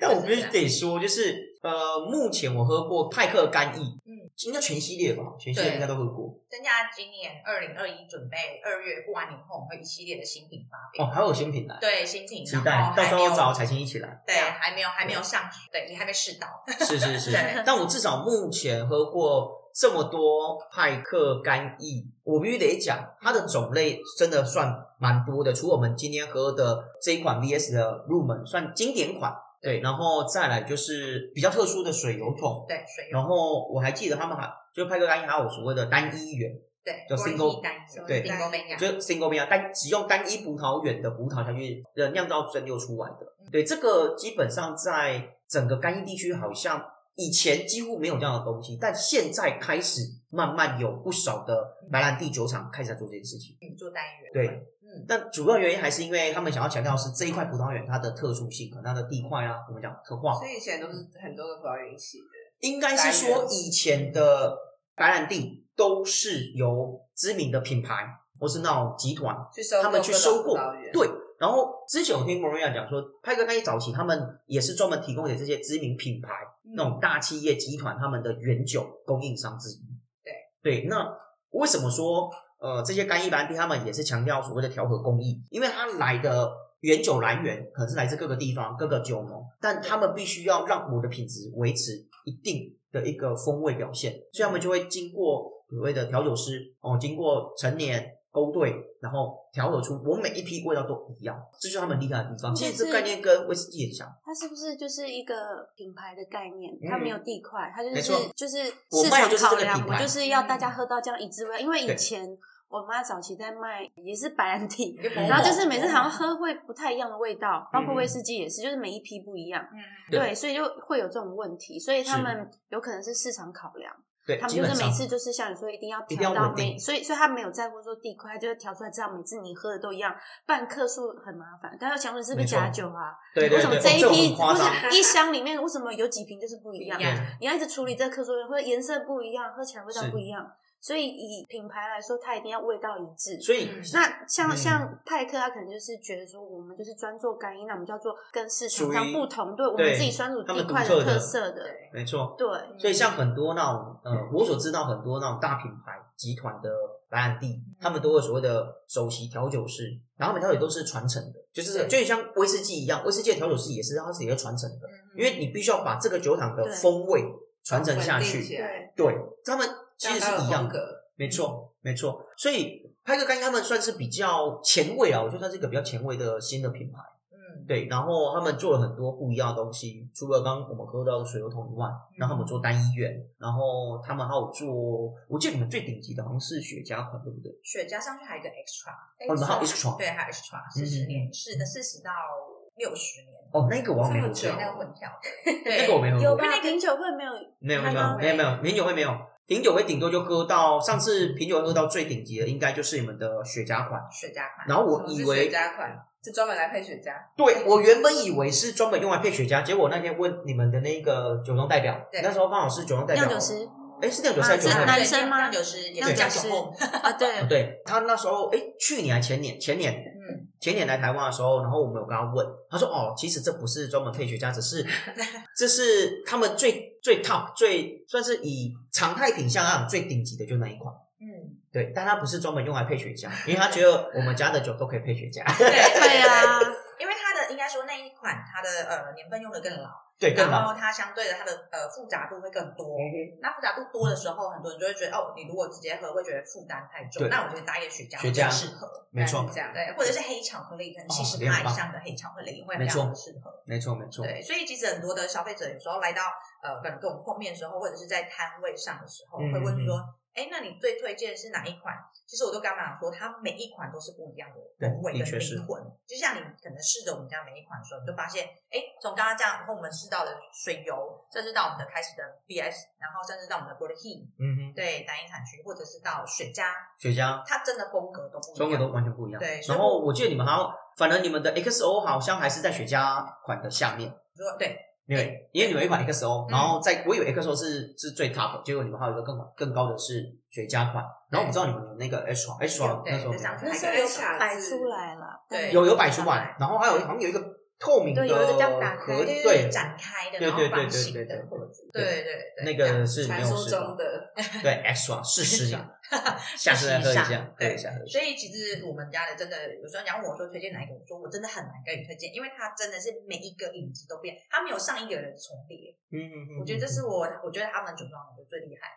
[SPEAKER 2] 但我必须得说，就是呃，目前我喝过派克干邑，
[SPEAKER 3] 嗯，
[SPEAKER 2] 应该全系列吧，全系列
[SPEAKER 3] 对
[SPEAKER 2] 应该都喝过。
[SPEAKER 3] 增加今年二零二一准备二月过完年后，我们会一系列的新品发
[SPEAKER 2] 哦，
[SPEAKER 3] 表。
[SPEAKER 2] 还有新品来，
[SPEAKER 3] 对，新品，
[SPEAKER 2] 期
[SPEAKER 3] 然
[SPEAKER 2] 待
[SPEAKER 3] 后
[SPEAKER 2] 到
[SPEAKER 3] 还
[SPEAKER 2] 时
[SPEAKER 3] 没有
[SPEAKER 2] 候找彩青一起来。
[SPEAKER 3] 对，还没有还没有上，对你还没试到。
[SPEAKER 2] 是是是
[SPEAKER 3] 对，
[SPEAKER 2] 但我至少目前喝过这么多派克干邑，我必须得讲，它的种类真的算蛮多的。除我们今天喝的这一款 VS 的入门，算经典款，对，然后再来就是比较特殊的水油桶，
[SPEAKER 3] 对，水
[SPEAKER 2] 然
[SPEAKER 3] 用
[SPEAKER 2] 后我还记得他们还就派克干邑还有所谓的单一园，
[SPEAKER 3] 对，
[SPEAKER 2] 叫 single-
[SPEAKER 3] 单一
[SPEAKER 2] 对
[SPEAKER 3] ，single m a
[SPEAKER 2] 就是 single malt 单只用单一葡萄园的葡萄下去呃酿造蒸馏出来的。
[SPEAKER 1] 嗯
[SPEAKER 2] 对，这个基本上在整个干邑地区好像以前几乎没有这样的东西，但现在开始慢慢有不少的白兰地酒厂开始在做这件事情。
[SPEAKER 3] 做单一元。
[SPEAKER 2] 对，
[SPEAKER 3] 嗯，
[SPEAKER 2] 但主要原因还是因为他们想要强调是这一块葡萄园它的特殊性，可能它的地块啊，我们讲刻画，
[SPEAKER 1] 所以以前都是很多个葡萄园一起的，
[SPEAKER 2] 应该是说以前的白兰地都是由知名的品牌或是那种集团
[SPEAKER 1] 去收购
[SPEAKER 2] 他们去收
[SPEAKER 1] 各种葡
[SPEAKER 2] 购
[SPEAKER 1] 萄园，，
[SPEAKER 2] 对，然后之前我听莫瑞亚讲说，派克干一早期他们也是专门提供给这些知名品牌、那
[SPEAKER 1] 嗯
[SPEAKER 2] 种大企业集团他们的原酒供应商之一。对对，那为什么说呃这些干邑白兰地他们也是强调所谓的调和工艺？因为它来的原酒来源可能是来自各个地方、各个酒农，但他们必须要让我的品质维持一定的一个风味表现，所以他们就会经过所谓的调酒师哦，经过陈年勾兑，然后调和出我每一批味道都一样，这就是他们厉害的地方。其实这概念跟威士忌很像，
[SPEAKER 4] 它是不是就是一个品牌的概念？
[SPEAKER 2] 嗯
[SPEAKER 4] 它没有地块，它就
[SPEAKER 2] 没
[SPEAKER 4] 是
[SPEAKER 2] 错
[SPEAKER 4] 就是
[SPEAKER 2] 我
[SPEAKER 4] 市
[SPEAKER 2] 卖
[SPEAKER 4] 场
[SPEAKER 2] 的就是这
[SPEAKER 4] 考
[SPEAKER 2] 个
[SPEAKER 4] 量，
[SPEAKER 2] 品
[SPEAKER 4] 我
[SPEAKER 2] 牌
[SPEAKER 4] 就是要大
[SPEAKER 3] 嗯
[SPEAKER 4] 家喝到这样一致味。因为以
[SPEAKER 2] 对
[SPEAKER 4] 前我妈早期在卖也是白兰地，
[SPEAKER 3] 一个
[SPEAKER 2] 嗯
[SPEAKER 4] 然后就是每次好像喝会不太一样的味道，包括威士忌也是，就是每一批不一样。
[SPEAKER 3] 嗯，
[SPEAKER 2] 对
[SPEAKER 4] 对，所以就会有这种问题，所以他
[SPEAKER 2] 是
[SPEAKER 4] 们有可能是市场考量，
[SPEAKER 2] 对，
[SPEAKER 4] 他们
[SPEAKER 2] 基
[SPEAKER 4] 就
[SPEAKER 2] 本
[SPEAKER 4] 是
[SPEAKER 2] 上
[SPEAKER 4] 每次就是像你说，一定要
[SPEAKER 2] 定
[SPEAKER 4] 调
[SPEAKER 2] 要
[SPEAKER 4] 到
[SPEAKER 2] 稳
[SPEAKER 4] 每，
[SPEAKER 2] 定
[SPEAKER 4] 所以所以他没有在乎说地块，他就是调出来知道每次你喝的都一样，办克数很麻烦，但要想说是不是
[SPEAKER 2] 没错
[SPEAKER 4] 假酒啊？
[SPEAKER 2] 对对
[SPEAKER 4] 为什么
[SPEAKER 2] 对，
[SPEAKER 4] 这一
[SPEAKER 2] 种
[SPEAKER 4] 批
[SPEAKER 2] 很夸
[SPEAKER 4] 不
[SPEAKER 2] 张。
[SPEAKER 4] 是一箱里面为什么有几瓶就是不一样
[SPEAKER 3] 不一？样
[SPEAKER 4] 你要一直处理这个克数，或者颜色不一样，喝起来味道
[SPEAKER 2] 是
[SPEAKER 4] 不一样，所以以品牌来说，它一定要味道一致。
[SPEAKER 2] 所以
[SPEAKER 3] 嗯
[SPEAKER 4] 那像、
[SPEAKER 2] 嗯
[SPEAKER 4] 像派克，他可能就是觉得说，我们就是专做干音，那我们就要做跟市场
[SPEAKER 2] 属
[SPEAKER 4] 上
[SPEAKER 2] 于
[SPEAKER 4] 不同，对我
[SPEAKER 2] 对
[SPEAKER 4] 们自己专属
[SPEAKER 2] 他们
[SPEAKER 4] 地块
[SPEAKER 2] 独特的
[SPEAKER 4] 特色的，
[SPEAKER 3] 对，
[SPEAKER 2] 没错，
[SPEAKER 4] 对，
[SPEAKER 2] 所以像很多那种
[SPEAKER 1] 嗯
[SPEAKER 2] 呃，我所知道很多那种大品牌集团的白兰地，
[SPEAKER 1] 嗯
[SPEAKER 2] 他们都有所谓的首席调酒师，然后每调酒都是传承的，就是就像威士忌一样，威士忌的调酒师也是他自己要传承
[SPEAKER 1] 嗯
[SPEAKER 2] 的，因为你必须要把这个酒厂的
[SPEAKER 4] 对
[SPEAKER 2] 风味传承下
[SPEAKER 1] 稳定
[SPEAKER 2] 去
[SPEAKER 1] 起。
[SPEAKER 4] 对
[SPEAKER 1] 来，
[SPEAKER 2] 对，他们其
[SPEAKER 1] 让
[SPEAKER 2] 实
[SPEAKER 1] 它有
[SPEAKER 2] 是一样
[SPEAKER 1] 风
[SPEAKER 2] 的，
[SPEAKER 1] 格
[SPEAKER 2] 没错，没错。所以拍个干音他们算是比较前卫啊，我觉得算是一个比较前卫的新的品牌。
[SPEAKER 3] 嗯，
[SPEAKER 2] 对，然后他们做了很多不一样的东西，除了刚刚我们喝到的水油桶以外，然后他们做单一元，然后他们还有做，我记得你们最顶级的好像是雪茄款，对不对？
[SPEAKER 3] 雪茄上去还有一个 extra，
[SPEAKER 2] 哦，你们还有 extra，嗯
[SPEAKER 3] 对，还有 extra 四十年，是的，四十到六十年，
[SPEAKER 2] 哦，那个我好像没喝
[SPEAKER 3] 对，那个
[SPEAKER 2] 过，
[SPEAKER 3] 混跳，
[SPEAKER 2] 那个我没喝过，
[SPEAKER 4] 有吧？
[SPEAKER 3] 那个
[SPEAKER 4] 品酒会没有，
[SPEAKER 2] 没有没有没
[SPEAKER 4] 那
[SPEAKER 2] 有
[SPEAKER 4] 个
[SPEAKER 2] 没有没有，品酒会没有，品酒会顶多就喝到上次品酒会喝到最顶级的，应该就是你们的雪茄款。
[SPEAKER 3] 雪茄款，
[SPEAKER 2] 然后
[SPEAKER 1] 什
[SPEAKER 2] 我
[SPEAKER 1] 么
[SPEAKER 2] 以
[SPEAKER 1] 是
[SPEAKER 2] 为
[SPEAKER 1] 雪，茄款，就专门来配雪茄。
[SPEAKER 2] 对我原本以为是专门用来配雪茄，结果那天问你们的那个酒庄代表，
[SPEAKER 3] 对
[SPEAKER 2] 那时候刚好是酒庄代表，
[SPEAKER 4] 酿酒师
[SPEAKER 2] 哎，是酿酒师还是酒
[SPEAKER 4] 啊
[SPEAKER 2] 庄代
[SPEAKER 4] 是
[SPEAKER 2] 表
[SPEAKER 4] 男？生吗
[SPEAKER 3] 就是也
[SPEAKER 4] 酿
[SPEAKER 3] 是
[SPEAKER 4] 酒
[SPEAKER 3] 叫
[SPEAKER 4] 师
[SPEAKER 3] 酒后，
[SPEAKER 4] 啊，对，
[SPEAKER 2] 对他那时候，哎，去年还前年，前年
[SPEAKER 3] 嗯，
[SPEAKER 2] 前年来台湾的时候，然后我们有跟他问，他说哦，其实这不是专门配雪茄，只 是这是他们最最 top 最算是以常态品相上最顶级的就那一款。
[SPEAKER 3] 嗯，
[SPEAKER 2] 对，但他不是专门用来配雪茄，因为他觉得我们家 的酒都可以配雪茄，
[SPEAKER 3] 对
[SPEAKER 4] 对啊呀、
[SPEAKER 3] 因为它的应该说那一款它的呃年份用的更老，
[SPEAKER 2] 对，更
[SPEAKER 3] 然
[SPEAKER 2] 好。
[SPEAKER 3] 后它相对的它的呃复杂度会更多。
[SPEAKER 2] 嗯
[SPEAKER 3] 那复杂度多的时候，很多人就会觉得哦，你如果直接喝会觉得负担太重
[SPEAKER 2] 对。
[SPEAKER 3] 那我觉得打一个雪茄
[SPEAKER 2] 雪
[SPEAKER 3] 比
[SPEAKER 2] 茄
[SPEAKER 3] 较适合，
[SPEAKER 2] 没错
[SPEAKER 3] 这样对，或者是黑巧克力，可能
[SPEAKER 2] 哦
[SPEAKER 3] 七十
[SPEAKER 2] 也
[SPEAKER 3] 趴
[SPEAKER 2] 很棒
[SPEAKER 3] 以上的黑巧克力也会
[SPEAKER 2] 没
[SPEAKER 3] 非
[SPEAKER 2] 错
[SPEAKER 3] 常的适合。
[SPEAKER 2] 没错，没错，
[SPEAKER 3] 对，所以其实很多的消费者有时候来到呃，可能跟我们碰面的时候，或者是在摊位上的时候，
[SPEAKER 2] 嗯
[SPEAKER 3] 会问说：“哎、那你最推荐是哪一款？”其实我都跟他们讲说，它每一款都是不一样的风味
[SPEAKER 2] 对的
[SPEAKER 3] 跟
[SPEAKER 2] 确是
[SPEAKER 3] 灵魂。就像你可能试着我们家每一款的时候，你就发现，哎，从刚刚这样，从我们试到的水油，甚至到我们的开始的 BS，然后甚至到我们的 b o d Heat，
[SPEAKER 2] 嗯哼，
[SPEAKER 3] 对单一产区，或者是到雪茄，
[SPEAKER 2] 雪茄
[SPEAKER 3] 它真的风格都不
[SPEAKER 2] 风格
[SPEAKER 3] 一样。
[SPEAKER 2] 都完全不一样。
[SPEAKER 3] 对所
[SPEAKER 2] 然
[SPEAKER 3] 以
[SPEAKER 2] 后我记得你们好像，反正你们的 XO 好像还是在雪茄款的下面。
[SPEAKER 3] 说对，
[SPEAKER 2] 对，因为你们有一款 XO，
[SPEAKER 3] 嗯
[SPEAKER 2] 然后在我以为 XO 是是最 top，的结果你们还有一个更更高的是雪茄款，然后我知道你们有那个 H R H R
[SPEAKER 3] 对
[SPEAKER 2] 那时候
[SPEAKER 3] 对上次
[SPEAKER 4] 那时候
[SPEAKER 1] 还有
[SPEAKER 4] 有
[SPEAKER 1] 一下
[SPEAKER 4] 摆
[SPEAKER 1] 子
[SPEAKER 4] 出来了，
[SPEAKER 3] 对
[SPEAKER 2] 有有摆出来，然后还有好像有一个透明的
[SPEAKER 4] 对有一个这样打开
[SPEAKER 2] 盒，
[SPEAKER 3] 就是
[SPEAKER 2] 对，
[SPEAKER 3] 展开的，
[SPEAKER 2] 对
[SPEAKER 3] 然后
[SPEAKER 2] 对对
[SPEAKER 3] 方
[SPEAKER 2] 对
[SPEAKER 3] 形
[SPEAKER 2] 对对
[SPEAKER 3] 的
[SPEAKER 2] 对
[SPEAKER 3] 盒子，对对对，
[SPEAKER 2] 那
[SPEAKER 3] 这样
[SPEAKER 2] 个是没
[SPEAKER 1] 传
[SPEAKER 2] 有
[SPEAKER 1] 说
[SPEAKER 2] 试
[SPEAKER 1] 中
[SPEAKER 2] 过，
[SPEAKER 1] 的
[SPEAKER 2] 对 H R 试试 看，下次再喝一
[SPEAKER 3] 试一
[SPEAKER 2] 下
[SPEAKER 3] 下，
[SPEAKER 2] 喝一下，喝一下
[SPEAKER 3] 所以其实我们家的真的，有时候你要问我说推荐哪一个，我说我真的很难跟你推荐，因为它真的是每一个影子都变，它没有上一个人重叠。
[SPEAKER 2] 嗯嗯嗯，
[SPEAKER 3] 我觉得这是我，我觉得他们酒庄的最厉害。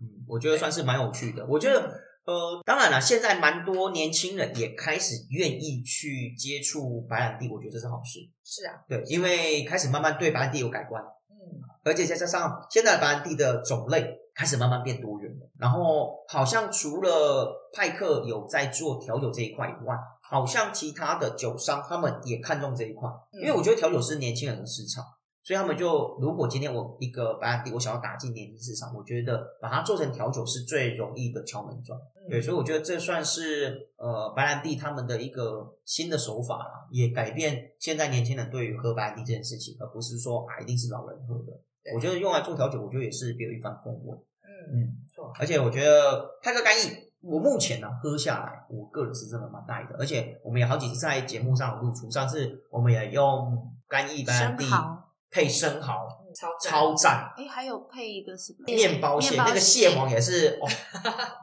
[SPEAKER 2] 嗯，我觉得算是蛮有趣的。我觉得，呃，当然了，现在蛮多年轻人也开始愿意去接触白兰地，我觉得这是好事。
[SPEAKER 3] 是啊，
[SPEAKER 2] 对，因为开始慢慢对白兰地有改观，
[SPEAKER 3] 嗯，
[SPEAKER 2] 而且再加上现在的白兰地的种类开始慢慢变多元了。然后好像除了派克有在做调酒这一块以外，好像其他的酒商他们也看重这一块，因为我觉得调酒是年轻人的市场。所以他们就，如果今天我一个白兰地，我想要打进年轻市场，我觉得把它做成调酒是最容易的敲门砖。对，所以我觉得这算是呃白兰地他们的一个新的手法啦，也改变现在年轻人对于喝白兰地这件事情，而不是说啊一定是老人喝的。
[SPEAKER 3] 对
[SPEAKER 2] 我觉得用来做调酒，我觉得也是别有一番风味。
[SPEAKER 3] 嗯，
[SPEAKER 2] 嗯
[SPEAKER 3] 没错，
[SPEAKER 2] 而且我觉得泰克干邑，我目前呢、喝下来，我个人是真的蛮爱的。而且我们也好几次在节目上有露出，上次我们也用干邑白兰地
[SPEAKER 4] 生蚝
[SPEAKER 2] 配生蚝，
[SPEAKER 3] 嗯，超
[SPEAKER 2] 超赞。
[SPEAKER 4] 哎，还有配一个什么
[SPEAKER 2] 面包蟹，
[SPEAKER 4] 面
[SPEAKER 2] 那个蟹黄也是哦，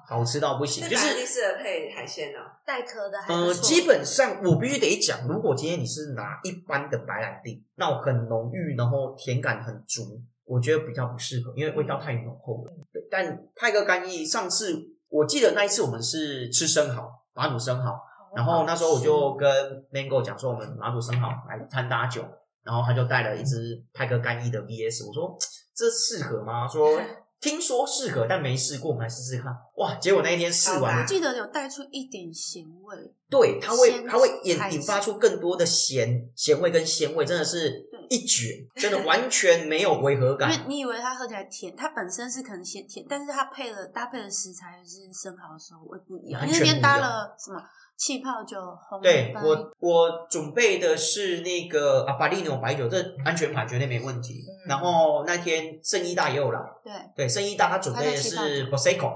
[SPEAKER 2] 好吃到不行。
[SPEAKER 1] 那
[SPEAKER 2] 就
[SPEAKER 1] 就是是适合配海鲜哦。
[SPEAKER 4] 带壳的还不
[SPEAKER 2] 呃，
[SPEAKER 4] 错
[SPEAKER 2] 基本上我必须得讲，如果今天你是拿一般的白兰地，那我很浓郁，然后甜感很足，我觉得比较不适合，因为味道太浓厚了。对，但泰戈干邑上次我记得那一次我们是吃生蚝，马祖生蚝，然后那时候我
[SPEAKER 4] 哦
[SPEAKER 2] 就跟 Mango 讲说，我们马祖生蚝来摊搭酒，然后他就带了一只泰戈干邑的 VS，我说这适合吗？ 说。听说适合，但没试过，我们来试试看。哇！结果那一天试
[SPEAKER 1] 好
[SPEAKER 2] 完
[SPEAKER 1] 吧
[SPEAKER 4] 我记得有带出一点咸味，
[SPEAKER 2] 对，它会
[SPEAKER 4] 鲜
[SPEAKER 2] 它会引
[SPEAKER 4] 海鲜
[SPEAKER 2] 引发出更多的咸咸味跟鲜味，真的是一绝，真的完全没有违和
[SPEAKER 4] 因
[SPEAKER 2] 感
[SPEAKER 4] 为。你以为它喝起来甜，它本身是可能咸甜，但是它配了搭配的食材是生蚝的时候会不一样。
[SPEAKER 2] 完
[SPEAKER 4] 因
[SPEAKER 2] 全不
[SPEAKER 4] 为那
[SPEAKER 2] 一样
[SPEAKER 4] 天搭了什么气泡酒、红
[SPEAKER 2] 对
[SPEAKER 4] 白
[SPEAKER 2] 我，我准备的是那个阿巴利诺白酒，这安全牌绝对没问题。
[SPEAKER 3] 嗯
[SPEAKER 2] 然后那天圣医大也有来，
[SPEAKER 4] 对
[SPEAKER 2] 对圣医大他准备的
[SPEAKER 4] 他在吃
[SPEAKER 2] 是 Prosecco，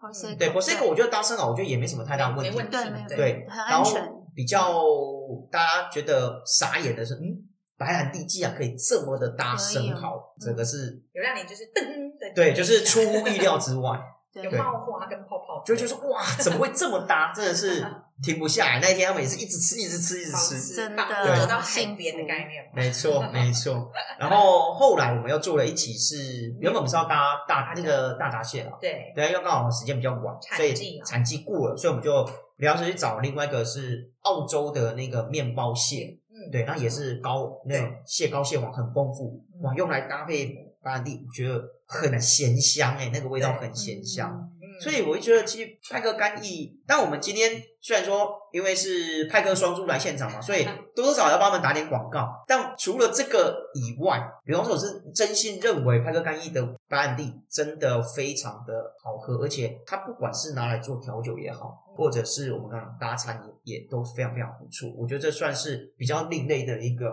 [SPEAKER 4] Prosecco，
[SPEAKER 2] 对 Prosecco，我觉得搭生蚝我觉得也没什么太大
[SPEAKER 3] 没
[SPEAKER 2] 问
[SPEAKER 3] 没
[SPEAKER 2] 题
[SPEAKER 3] 问，题
[SPEAKER 4] 对没有
[SPEAKER 3] 对
[SPEAKER 2] 对，
[SPEAKER 4] 很
[SPEAKER 2] 然
[SPEAKER 4] 安
[SPEAKER 2] 后
[SPEAKER 4] 全。
[SPEAKER 2] 比较大家觉得傻眼的是，嗯，白兰地竟然可以这么的搭
[SPEAKER 4] 可以
[SPEAKER 2] 生
[SPEAKER 4] 哦
[SPEAKER 2] 蚝，
[SPEAKER 4] 嗯
[SPEAKER 2] 这个是
[SPEAKER 3] 有让你就是噔的，
[SPEAKER 2] 对，就是出乎意料之外，
[SPEAKER 4] 对
[SPEAKER 3] 有，冒花跟泡泡，
[SPEAKER 2] 就就说哇，怎么会这么搭？真的是停不下来。那一天他们也是一直吃，一直吃，一直吃。
[SPEAKER 4] 真的
[SPEAKER 3] 走到海
[SPEAKER 4] 幸
[SPEAKER 3] 边的
[SPEAKER 4] 福
[SPEAKER 3] 概念嘛，
[SPEAKER 2] 没错，没错。然后后来我们又做了一期是，原本我们是要搭大那个大闸蟹了，
[SPEAKER 3] 对，
[SPEAKER 2] 对，因为刚好时间比较晚，
[SPEAKER 3] 产
[SPEAKER 2] 所以
[SPEAKER 3] 季啊
[SPEAKER 2] 产季过了，所以我们就聊着去找另外一个是澳洲的那个面包蟹，
[SPEAKER 3] 嗯，
[SPEAKER 2] 对，那也是高那种蟹膏蟹黄很丰富，
[SPEAKER 3] 嗯
[SPEAKER 2] 哇，用来搭配白兰地，我觉得很咸香哎、那个味道很咸香。
[SPEAKER 3] 嗯，
[SPEAKER 2] 所以我就觉得，其实派克干邑，但我们今天虽然说因为是派克双猪来现场嘛，所以多多少少要帮他们打点广告。但除了这个以外，比方说我是真心认为派克干邑的白兰地真的非常的好喝，而且它不管是拿来做调酒也好，或者是我们刚刚搭餐也也都非常非常不错。我觉得这算是比较另类的一个。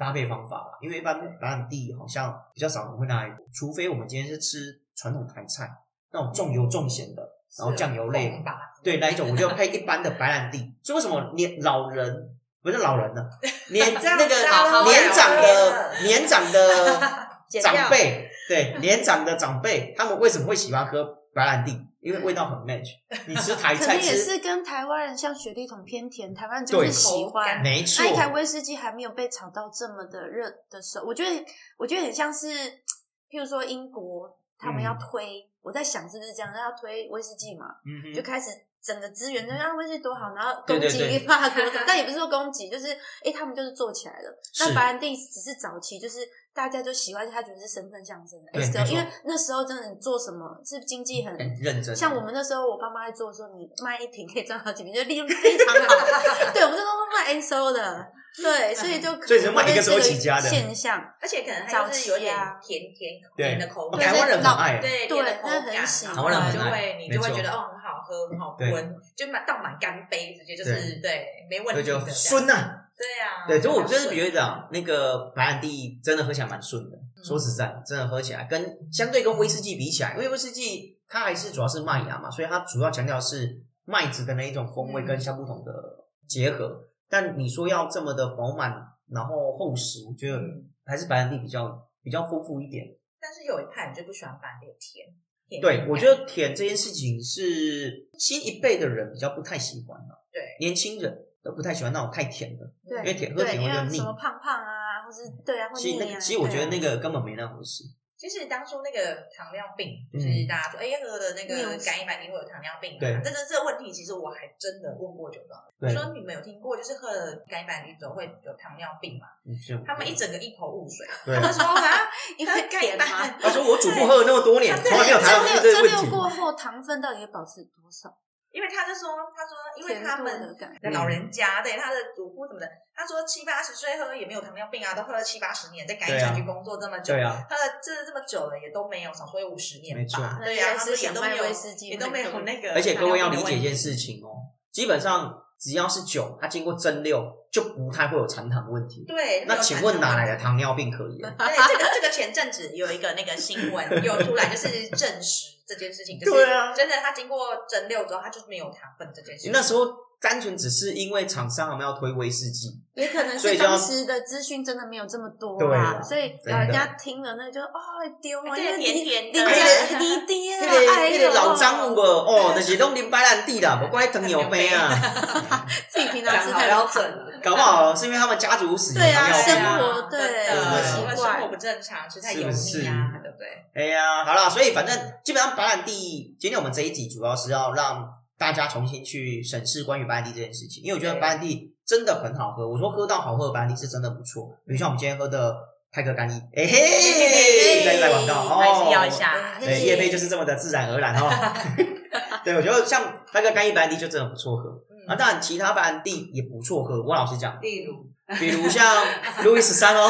[SPEAKER 2] 搭配方法吧，因为一般白兰地好像比较少人会拿来，除非我们今天是吃传统台菜，那种重油重咸的，
[SPEAKER 4] 啊
[SPEAKER 2] 然后酱油类，
[SPEAKER 3] 吧，
[SPEAKER 2] 对那一种，我就配一般的白兰地。所以为什么年老人不是老人 呢？年
[SPEAKER 1] 这样
[SPEAKER 2] 那个
[SPEAKER 1] 糟
[SPEAKER 3] 了
[SPEAKER 2] 年长
[SPEAKER 1] 老
[SPEAKER 2] 的年长 的
[SPEAKER 3] 剪掉
[SPEAKER 2] 长辈，对年长的长辈，他们为什么会喜欢喝白兰地？因为味道很 match。你吃台
[SPEAKER 4] 可
[SPEAKER 2] 菜
[SPEAKER 4] 能也
[SPEAKER 2] 吃，
[SPEAKER 4] 是跟台湾人像雪地桶偏甜，台湾人就是
[SPEAKER 2] 对
[SPEAKER 4] 喜欢。
[SPEAKER 2] 没错
[SPEAKER 4] 那，一台威士忌还没有被炒到这么的热的时候，我觉得我觉得很像是，譬如说英国他们要
[SPEAKER 2] 嗯
[SPEAKER 4] 推，我在想是不是这样，要推威士忌嘛，
[SPEAKER 2] 嗯
[SPEAKER 4] 就
[SPEAKER 2] 哼
[SPEAKER 4] 开始整个资源都让威士忌多好，然后
[SPEAKER 2] 对
[SPEAKER 4] 攻
[SPEAKER 2] 对对
[SPEAKER 4] 击法国，但也不是说攻击，就是哎、诶他们就是做起来了。
[SPEAKER 2] 是
[SPEAKER 4] 那白兰地只是早期，就是大家就喜欢，他觉得是身份象征的
[SPEAKER 2] 对
[SPEAKER 4] S
[SPEAKER 2] 没错
[SPEAKER 4] 因为那时候真的你做什么是经济很。
[SPEAKER 2] 很认真，
[SPEAKER 4] 像我们那时候，我爸妈在做的时候，你卖一瓶可以赚好几瓶，就利润非常好。 对，我们这都是卖 NSO 的，对，所以就可
[SPEAKER 2] 所以就卖一个
[SPEAKER 4] 这
[SPEAKER 2] 收起家的
[SPEAKER 4] 现象，
[SPEAKER 3] 而且可能它就是有点
[SPEAKER 4] 早期啊
[SPEAKER 3] 甜甜
[SPEAKER 2] 对
[SPEAKER 3] 甜的口
[SPEAKER 2] 哦
[SPEAKER 3] 感
[SPEAKER 2] 台，湾人很爱，
[SPEAKER 3] 对
[SPEAKER 4] 对
[SPEAKER 3] 甜的口
[SPEAKER 4] 那
[SPEAKER 3] 感，啊
[SPEAKER 4] 很喜
[SPEAKER 3] 然
[SPEAKER 4] 欢
[SPEAKER 3] 后
[SPEAKER 4] 台湾人
[SPEAKER 3] 就
[SPEAKER 2] 很
[SPEAKER 3] 会
[SPEAKER 2] 爱
[SPEAKER 3] 你就会
[SPEAKER 2] 啊没错
[SPEAKER 3] 觉得哦很好喝，很好
[SPEAKER 2] 对
[SPEAKER 3] 闻，就满倒满干杯，直接就是对没问
[SPEAKER 2] 所
[SPEAKER 3] 题
[SPEAKER 2] 以
[SPEAKER 3] 的这
[SPEAKER 2] 就
[SPEAKER 3] 样，
[SPEAKER 2] 酸啊。
[SPEAKER 3] 对啊，
[SPEAKER 2] 对，就我真
[SPEAKER 3] 真
[SPEAKER 2] 的觉得啊，那个白兰地真的喝起来蛮顺的。
[SPEAKER 3] 嗯
[SPEAKER 2] 说实在，真的喝起来跟相对跟威士忌比起来，因为威士忌它还是主要是麦芽嘛，所以它主要强调是麦子的那一种风味
[SPEAKER 3] 嗯
[SPEAKER 2] 跟相不同的结合。但你说要这么的饱满，然后厚实，我觉得
[SPEAKER 3] 嗯
[SPEAKER 2] 还是白兰地比较比较丰富一点。
[SPEAKER 3] 但是有一派人就不喜欢白莲甜，甜
[SPEAKER 2] 对，我觉
[SPEAKER 3] 得
[SPEAKER 2] 得舔这件事情是新一辈的人比较不太喜欢的、
[SPEAKER 3] 对
[SPEAKER 2] 年轻人都不太喜欢那种太甜的。
[SPEAKER 4] 对，
[SPEAKER 2] 因为甜喝
[SPEAKER 4] 对
[SPEAKER 2] 甜会
[SPEAKER 4] 因
[SPEAKER 2] 就
[SPEAKER 4] 为
[SPEAKER 2] 腻
[SPEAKER 4] 什么胖胖啊，或是对啊，会
[SPEAKER 2] 其实那
[SPEAKER 4] 腻
[SPEAKER 2] 个，
[SPEAKER 4] 啊。
[SPEAKER 2] 其实我觉得
[SPEAKER 4] 对
[SPEAKER 2] 那个根本没那回事。
[SPEAKER 3] 其实当初那个糖尿病，
[SPEAKER 2] 嗯
[SPEAKER 3] 就是大家说，哎、喝了那个感应版，你会有糖尿病、啊。
[SPEAKER 2] 对
[SPEAKER 3] 但是这个问题其实我还真的问过酒庄，
[SPEAKER 2] 对，
[SPEAKER 3] 我说你们有听过，就是喝了感应版你总会有糖尿病嘛？
[SPEAKER 2] 你就
[SPEAKER 3] 他们一整个一头雾水，
[SPEAKER 2] 对
[SPEAKER 3] 他们 说啊，
[SPEAKER 4] 因 为甜嘛，
[SPEAKER 2] 他说我祖父喝了那么多年，从来没有谈到这个问
[SPEAKER 4] 蒸馏
[SPEAKER 2] 题。
[SPEAKER 4] 过后糖分到底会保持多少？
[SPEAKER 3] 因为他就说，他说因为他
[SPEAKER 4] 甜
[SPEAKER 3] 们
[SPEAKER 4] 度的感觉
[SPEAKER 3] 的老
[SPEAKER 2] 嗯
[SPEAKER 3] 人家，对他的祖父什么的，他说七八十岁喝也没有糖尿病啊，都喝了七八十年，在感应产区工作这么久，
[SPEAKER 2] 对啊，
[SPEAKER 3] 喝了这这么久了也都没有，少说有五十年
[SPEAKER 2] 没错
[SPEAKER 3] 吧，对啊，
[SPEAKER 4] 那
[SPEAKER 3] 他
[SPEAKER 4] 是
[SPEAKER 3] 们也
[SPEAKER 4] 想
[SPEAKER 3] 都没
[SPEAKER 4] 卖
[SPEAKER 3] 有
[SPEAKER 4] 威士忌
[SPEAKER 3] 也都没有
[SPEAKER 4] 很多
[SPEAKER 3] 那个，
[SPEAKER 2] 而且各位要理解一件事情哦，基本上只要是酒，它经过蒸馏就不太会有残糖问题。
[SPEAKER 3] 对，
[SPEAKER 2] 那请问哪来的
[SPEAKER 3] 糖？嗯
[SPEAKER 2] 糖尿病可啊言？
[SPEAKER 3] 对，这个这个前阵子有一个那个 新闻，有出来就是证实这件事情，就是
[SPEAKER 2] 对啊
[SPEAKER 3] 真的，它经过蒸馏之后，它就没有糖分这件事情。
[SPEAKER 2] 那时候单纯只是因为厂商我们要推威士忌，
[SPEAKER 4] 也可能
[SPEAKER 2] 所以
[SPEAKER 4] 是
[SPEAKER 2] 就要
[SPEAKER 4] 当时的资讯真的没有这么多
[SPEAKER 2] 对
[SPEAKER 4] 啊，
[SPEAKER 2] 啦
[SPEAKER 4] 所以
[SPEAKER 2] 真
[SPEAKER 4] 老
[SPEAKER 2] 的
[SPEAKER 4] 人家听了那就哦丢啊，因
[SPEAKER 3] 哎对
[SPEAKER 4] 为
[SPEAKER 3] 甜
[SPEAKER 4] 你
[SPEAKER 3] 甜
[SPEAKER 4] 你
[SPEAKER 3] 的，
[SPEAKER 4] 家你爹
[SPEAKER 2] 那
[SPEAKER 4] 啊，
[SPEAKER 2] 个
[SPEAKER 4] 哎
[SPEAKER 2] 那
[SPEAKER 4] 呦
[SPEAKER 2] 个老张有无？哦，就是拢林白烂地啦，无怪糖尿病啊，
[SPEAKER 4] 自己平常
[SPEAKER 3] 讲
[SPEAKER 4] 吃
[SPEAKER 3] 好
[SPEAKER 4] 太
[SPEAKER 3] 要
[SPEAKER 4] 多
[SPEAKER 3] 整
[SPEAKER 4] 糖
[SPEAKER 3] 了。
[SPEAKER 2] 搞不好是因为他们家族史有
[SPEAKER 4] 对啊
[SPEAKER 2] 糖尿病
[SPEAKER 4] 生
[SPEAKER 2] 啊
[SPEAKER 4] 活对
[SPEAKER 2] 生活
[SPEAKER 3] 对
[SPEAKER 4] 习惯
[SPEAKER 3] 生活不正常，吃太油腻啊，对不对？
[SPEAKER 2] 哎呀，好啦，所以反正基本上白兰地，今天我们这一集主要是要让大家重新去审视关于白兰地这件事情，因为我觉得
[SPEAKER 3] 对
[SPEAKER 2] 白兰地真的很好喝。我说喝到好喝的白兰地是真的不错，比如像我们今天喝的泰格干邑，哎嘿，再来广告哦，
[SPEAKER 3] 还是要 一下。
[SPEAKER 4] 哎嘿
[SPEAKER 2] 对，叶飞就是这么的自然而然哦。对，我觉得像那个干邑白兰地就真的不错喝啊，
[SPEAKER 3] 嗯，
[SPEAKER 2] 当然其他白兰地也不错喝。我老实讲，
[SPEAKER 1] 例如，
[SPEAKER 2] 比如像路易十三哦，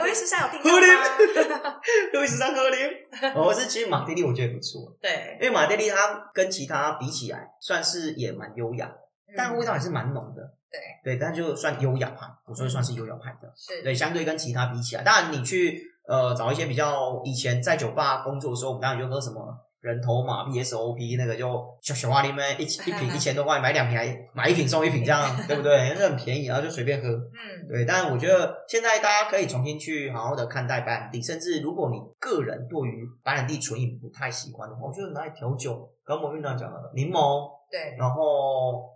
[SPEAKER 3] 路易十三有听
[SPEAKER 2] 狐
[SPEAKER 3] 到吗？
[SPEAKER 2] 路易十三喝 零，我是其实马丁利我觉得也不错，
[SPEAKER 3] 对，
[SPEAKER 2] 因为马黛丽它跟其他比起来，算是也蛮优雅，但味道也是蛮浓的。
[SPEAKER 3] 嗯对
[SPEAKER 2] 对，但就算优雅派，我说算是优雅派的。
[SPEAKER 3] 是
[SPEAKER 2] 对，相对跟其他比起来，当然你去呃找一些比较以前在酒吧工作的时候，我们当然就喝什么人头马 VSOP 那个就小小花里面一一瓶一千多块买两瓶还买一瓶送一瓶这 样，对不对？那很便宜，然后就随便喝。
[SPEAKER 3] 嗯，
[SPEAKER 2] 对，但我觉得现在大家可以重新去好好的看待白兰地，甚至如果你个人对于白兰地纯饮不太喜欢的话，我觉得拿来调酒，刚刚我们院长讲的柠檬，
[SPEAKER 3] 对嗯
[SPEAKER 2] 然后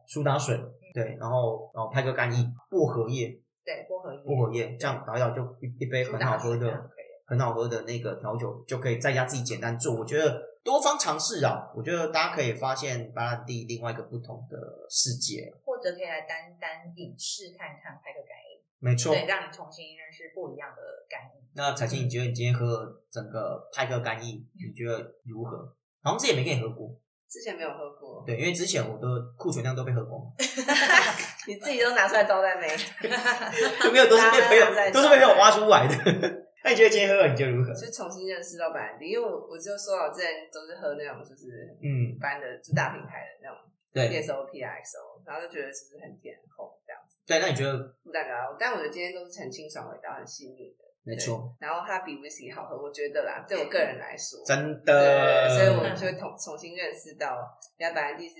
[SPEAKER 2] 苏打水，对，然后然后拍个干邑，薄荷叶，
[SPEAKER 3] 对，薄荷叶，
[SPEAKER 2] 薄荷叶这样倒一倒就一一杯
[SPEAKER 3] 嗯苏
[SPEAKER 2] 很
[SPEAKER 3] 打
[SPEAKER 2] 好
[SPEAKER 3] 水
[SPEAKER 2] 喝
[SPEAKER 3] 这
[SPEAKER 2] 的
[SPEAKER 3] 样可以
[SPEAKER 2] 很好喝的那个调酒，就可以在家自己简单做。我觉得多方尝试啊，我觉得大家可以发现白兰地另外一个不同的世界。
[SPEAKER 3] 或者可以来单单饮试看看，拍个感应，
[SPEAKER 2] 没错，
[SPEAKER 3] 对，让你重新认识不一样的感应。
[SPEAKER 2] 那彩青，你觉得你今天喝整个派克干邑，你觉得如何？好像之前没跟你喝过，
[SPEAKER 1] 之前没有喝过，
[SPEAKER 2] 对，因为之前我的库存量都被喝光了，
[SPEAKER 1] 你自己都拿出来招待没？
[SPEAKER 2] 有没有都是被
[SPEAKER 1] 大家都
[SPEAKER 2] 朋
[SPEAKER 1] 在
[SPEAKER 2] 友都是被朋友挖出来的。 那你觉得今天喝了你觉得如何？
[SPEAKER 1] 就重新认识到白兰地，因为我我就说了，我之前都是喝那种就是
[SPEAKER 2] 嗯
[SPEAKER 1] 一，般的，就大品牌的那种
[SPEAKER 2] 对
[SPEAKER 1] PSOP 啊 XO，然后就觉得其实很甜很厚这样子，
[SPEAKER 2] 对，那你觉得
[SPEAKER 1] 不代
[SPEAKER 2] 嗯
[SPEAKER 1] 表，但我觉得今天都是很清爽味道，很细腻的，
[SPEAKER 2] 没错，
[SPEAKER 1] 然后它比 whisky 好喝，我觉得啦，对我个人来说，
[SPEAKER 2] 嗯真
[SPEAKER 1] 对，
[SPEAKER 2] 的，
[SPEAKER 1] 所以我们就会重重新认识到，原来白兰地是，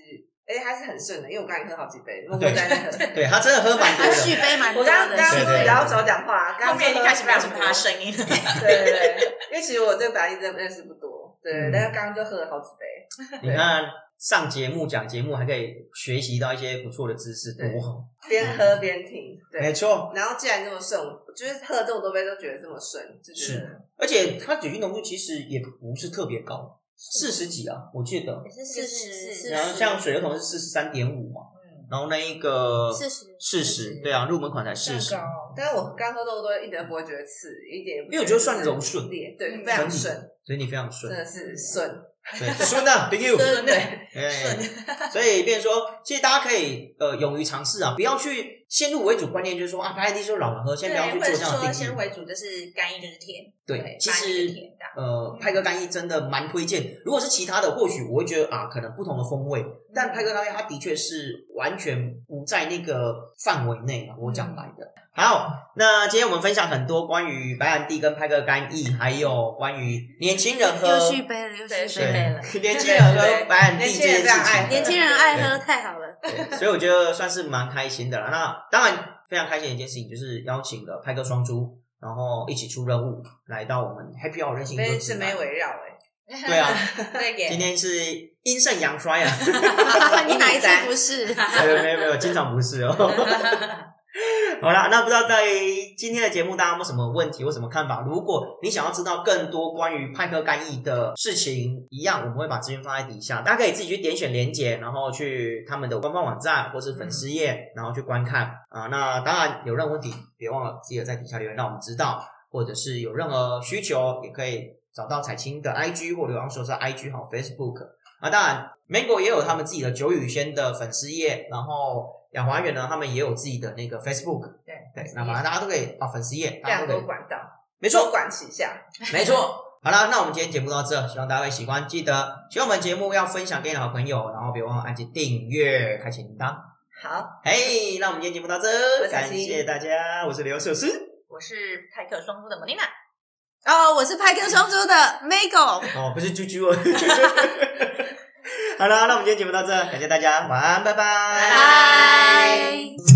[SPEAKER 1] 而且它是很顺的，因为我刚才喝好几杯，默默在那喝。
[SPEAKER 2] 对他真的喝蛮多
[SPEAKER 4] 他续
[SPEAKER 2] 的，
[SPEAKER 4] 杯蛮
[SPEAKER 1] 我
[SPEAKER 4] 多
[SPEAKER 1] 刚
[SPEAKER 4] 的
[SPEAKER 1] 刚，刚
[SPEAKER 2] 对
[SPEAKER 1] 说
[SPEAKER 2] 对
[SPEAKER 1] 不要少讲话，刚刚
[SPEAKER 3] 后面一开始没有什么他
[SPEAKER 1] 他
[SPEAKER 3] 的声 音了，
[SPEAKER 1] 对对对，因为其实我对白兰地真的认识不多，对，
[SPEAKER 2] 嗯
[SPEAKER 1] 但是刚刚就喝了好几杯，
[SPEAKER 2] 你看。上节目讲节目还可以学习到一些不错的知识，
[SPEAKER 1] 对
[SPEAKER 2] 多好！
[SPEAKER 1] 边喝边听，
[SPEAKER 2] 嗯没
[SPEAKER 1] 对。
[SPEAKER 2] 错，
[SPEAKER 1] 然后既然这么顺，我就是喝了这么多杯都觉得这么顺，就觉
[SPEAKER 2] 是
[SPEAKER 1] 得，
[SPEAKER 2] 而且它酒精浓度其实也不是特别高，四十几啊，我记得。
[SPEAKER 4] 也是四十，
[SPEAKER 3] 是
[SPEAKER 4] 四
[SPEAKER 2] 然后
[SPEAKER 4] 十，
[SPEAKER 2] 像水油桶是四十三点五嘛，
[SPEAKER 3] 嗯，
[SPEAKER 2] 然后那一个
[SPEAKER 4] 四十
[SPEAKER 2] 四十，对啊，入门款才四
[SPEAKER 3] 蛋
[SPEAKER 2] 十，
[SPEAKER 3] 糕，
[SPEAKER 1] 但是我刚喝这么多，一点都不会觉得刺，一点也不，
[SPEAKER 2] 因为我觉得算柔顺
[SPEAKER 1] 烈，对，
[SPEAKER 3] 嗯
[SPEAKER 1] 非常
[SPEAKER 2] 整体
[SPEAKER 1] 顺，
[SPEAKER 2] 所以你非常
[SPEAKER 1] 真
[SPEAKER 2] 顺，嗯
[SPEAKER 1] 的是顺，
[SPEAKER 2] 对，顺啊，朋友，
[SPEAKER 4] 对
[SPEAKER 1] 对。
[SPEAKER 2] 哎，所以变成说，其实大家可以呃勇于尝试啊，不要去先入为主观念，就是说啊，白兰地就是老人喝，先不要
[SPEAKER 3] 对，
[SPEAKER 2] 去
[SPEAKER 3] 或者
[SPEAKER 2] 做
[SPEAKER 3] 是
[SPEAKER 2] 这样
[SPEAKER 3] 说
[SPEAKER 2] 的定
[SPEAKER 3] 先
[SPEAKER 2] 义。
[SPEAKER 3] 为主就是干邑就是甜，
[SPEAKER 2] 对其
[SPEAKER 3] 干邑
[SPEAKER 2] 实
[SPEAKER 3] 是甜的，
[SPEAKER 2] 呃，派克干邑真的蛮推荐。如果是其他的，或许我会觉得啊，可能不同的风味，但派克干邑它的确是完全不在那个范围内啊。我讲白的，好，那今天我们分享很多关于白兰地跟派克干邑，还有关于年轻人喝
[SPEAKER 4] 又续杯了，又
[SPEAKER 3] 对
[SPEAKER 4] 续
[SPEAKER 3] 续
[SPEAKER 4] 杯
[SPEAKER 3] 杯
[SPEAKER 4] 了。
[SPEAKER 3] 了
[SPEAKER 2] 对年轻人
[SPEAKER 1] 对对
[SPEAKER 2] 喝白兰地
[SPEAKER 1] 年
[SPEAKER 2] 这
[SPEAKER 1] 轻人
[SPEAKER 2] 件
[SPEAKER 1] 非常
[SPEAKER 2] 事
[SPEAKER 1] 爱
[SPEAKER 2] 情，
[SPEAKER 4] 年轻人爱喝，太好了，
[SPEAKER 2] 对所以我觉得算是蛮开心的啦。那当然非常开心的一件事情就是邀请了派克双猪，然后一起出任务来到我们 Happy Hour 任性
[SPEAKER 1] 被
[SPEAKER 2] 歌
[SPEAKER 1] 是
[SPEAKER 2] 指
[SPEAKER 1] 没
[SPEAKER 2] 南。
[SPEAKER 1] 围绕 哎，
[SPEAKER 2] 啊 对啊，
[SPEAKER 3] 对耶，
[SPEAKER 2] 今天是阴盛阳衰啊，
[SPEAKER 4] 你哪一次不 是？
[SPEAKER 2] 没有没有没有，经常不是哦。 好啦，那不知道在今天的节目，大家有没有什么问题或什么看法？如果你想要知道更多关于派克干邑的事情，一样我们会把资讯放在底下，大家可以自己去点选连接，然后去他们的官方网站或是粉丝页，然后去观看啊、那当然有任何问题，别忘了记得在底下留言，让我们知道，或者是有任何需求，也可以找到彩青的 IG 或刘洋说是 IG 好 Facebook。啊，当然，Mango 也有他们自己的九雨轩的粉丝页，然后养华园呢，他们也有自己的那个 Facebook，
[SPEAKER 3] 对
[SPEAKER 2] 对，那反正大家都可以啊、粉丝页，
[SPEAKER 1] 非
[SPEAKER 2] 大家
[SPEAKER 1] 常
[SPEAKER 2] 都
[SPEAKER 1] 多
[SPEAKER 2] 可以，
[SPEAKER 1] 管道，
[SPEAKER 2] 没
[SPEAKER 1] 多
[SPEAKER 2] 错，
[SPEAKER 1] 管齐下，
[SPEAKER 2] 没错。好啦，那我们今天节目到这，希望大家会喜欢。记得喜欢我们节目要分享给你的好朋友，然后别忘了按击订阅，开启铃铛。
[SPEAKER 1] 好，
[SPEAKER 2] 嘿，那我们今天节目到
[SPEAKER 1] 我
[SPEAKER 2] 这，
[SPEAKER 1] 是小
[SPEAKER 2] 感
[SPEAKER 1] 新
[SPEAKER 2] 谢大家，我是刘寿司，
[SPEAKER 3] 我是派克双猪的 Molina，
[SPEAKER 4] 哦，我是派克双猪的 Mago，
[SPEAKER 2] 哦，不是啾啾哦。好了，那我们今天节目到这，感谢大家，晚安，拜拜。
[SPEAKER 3] 拜。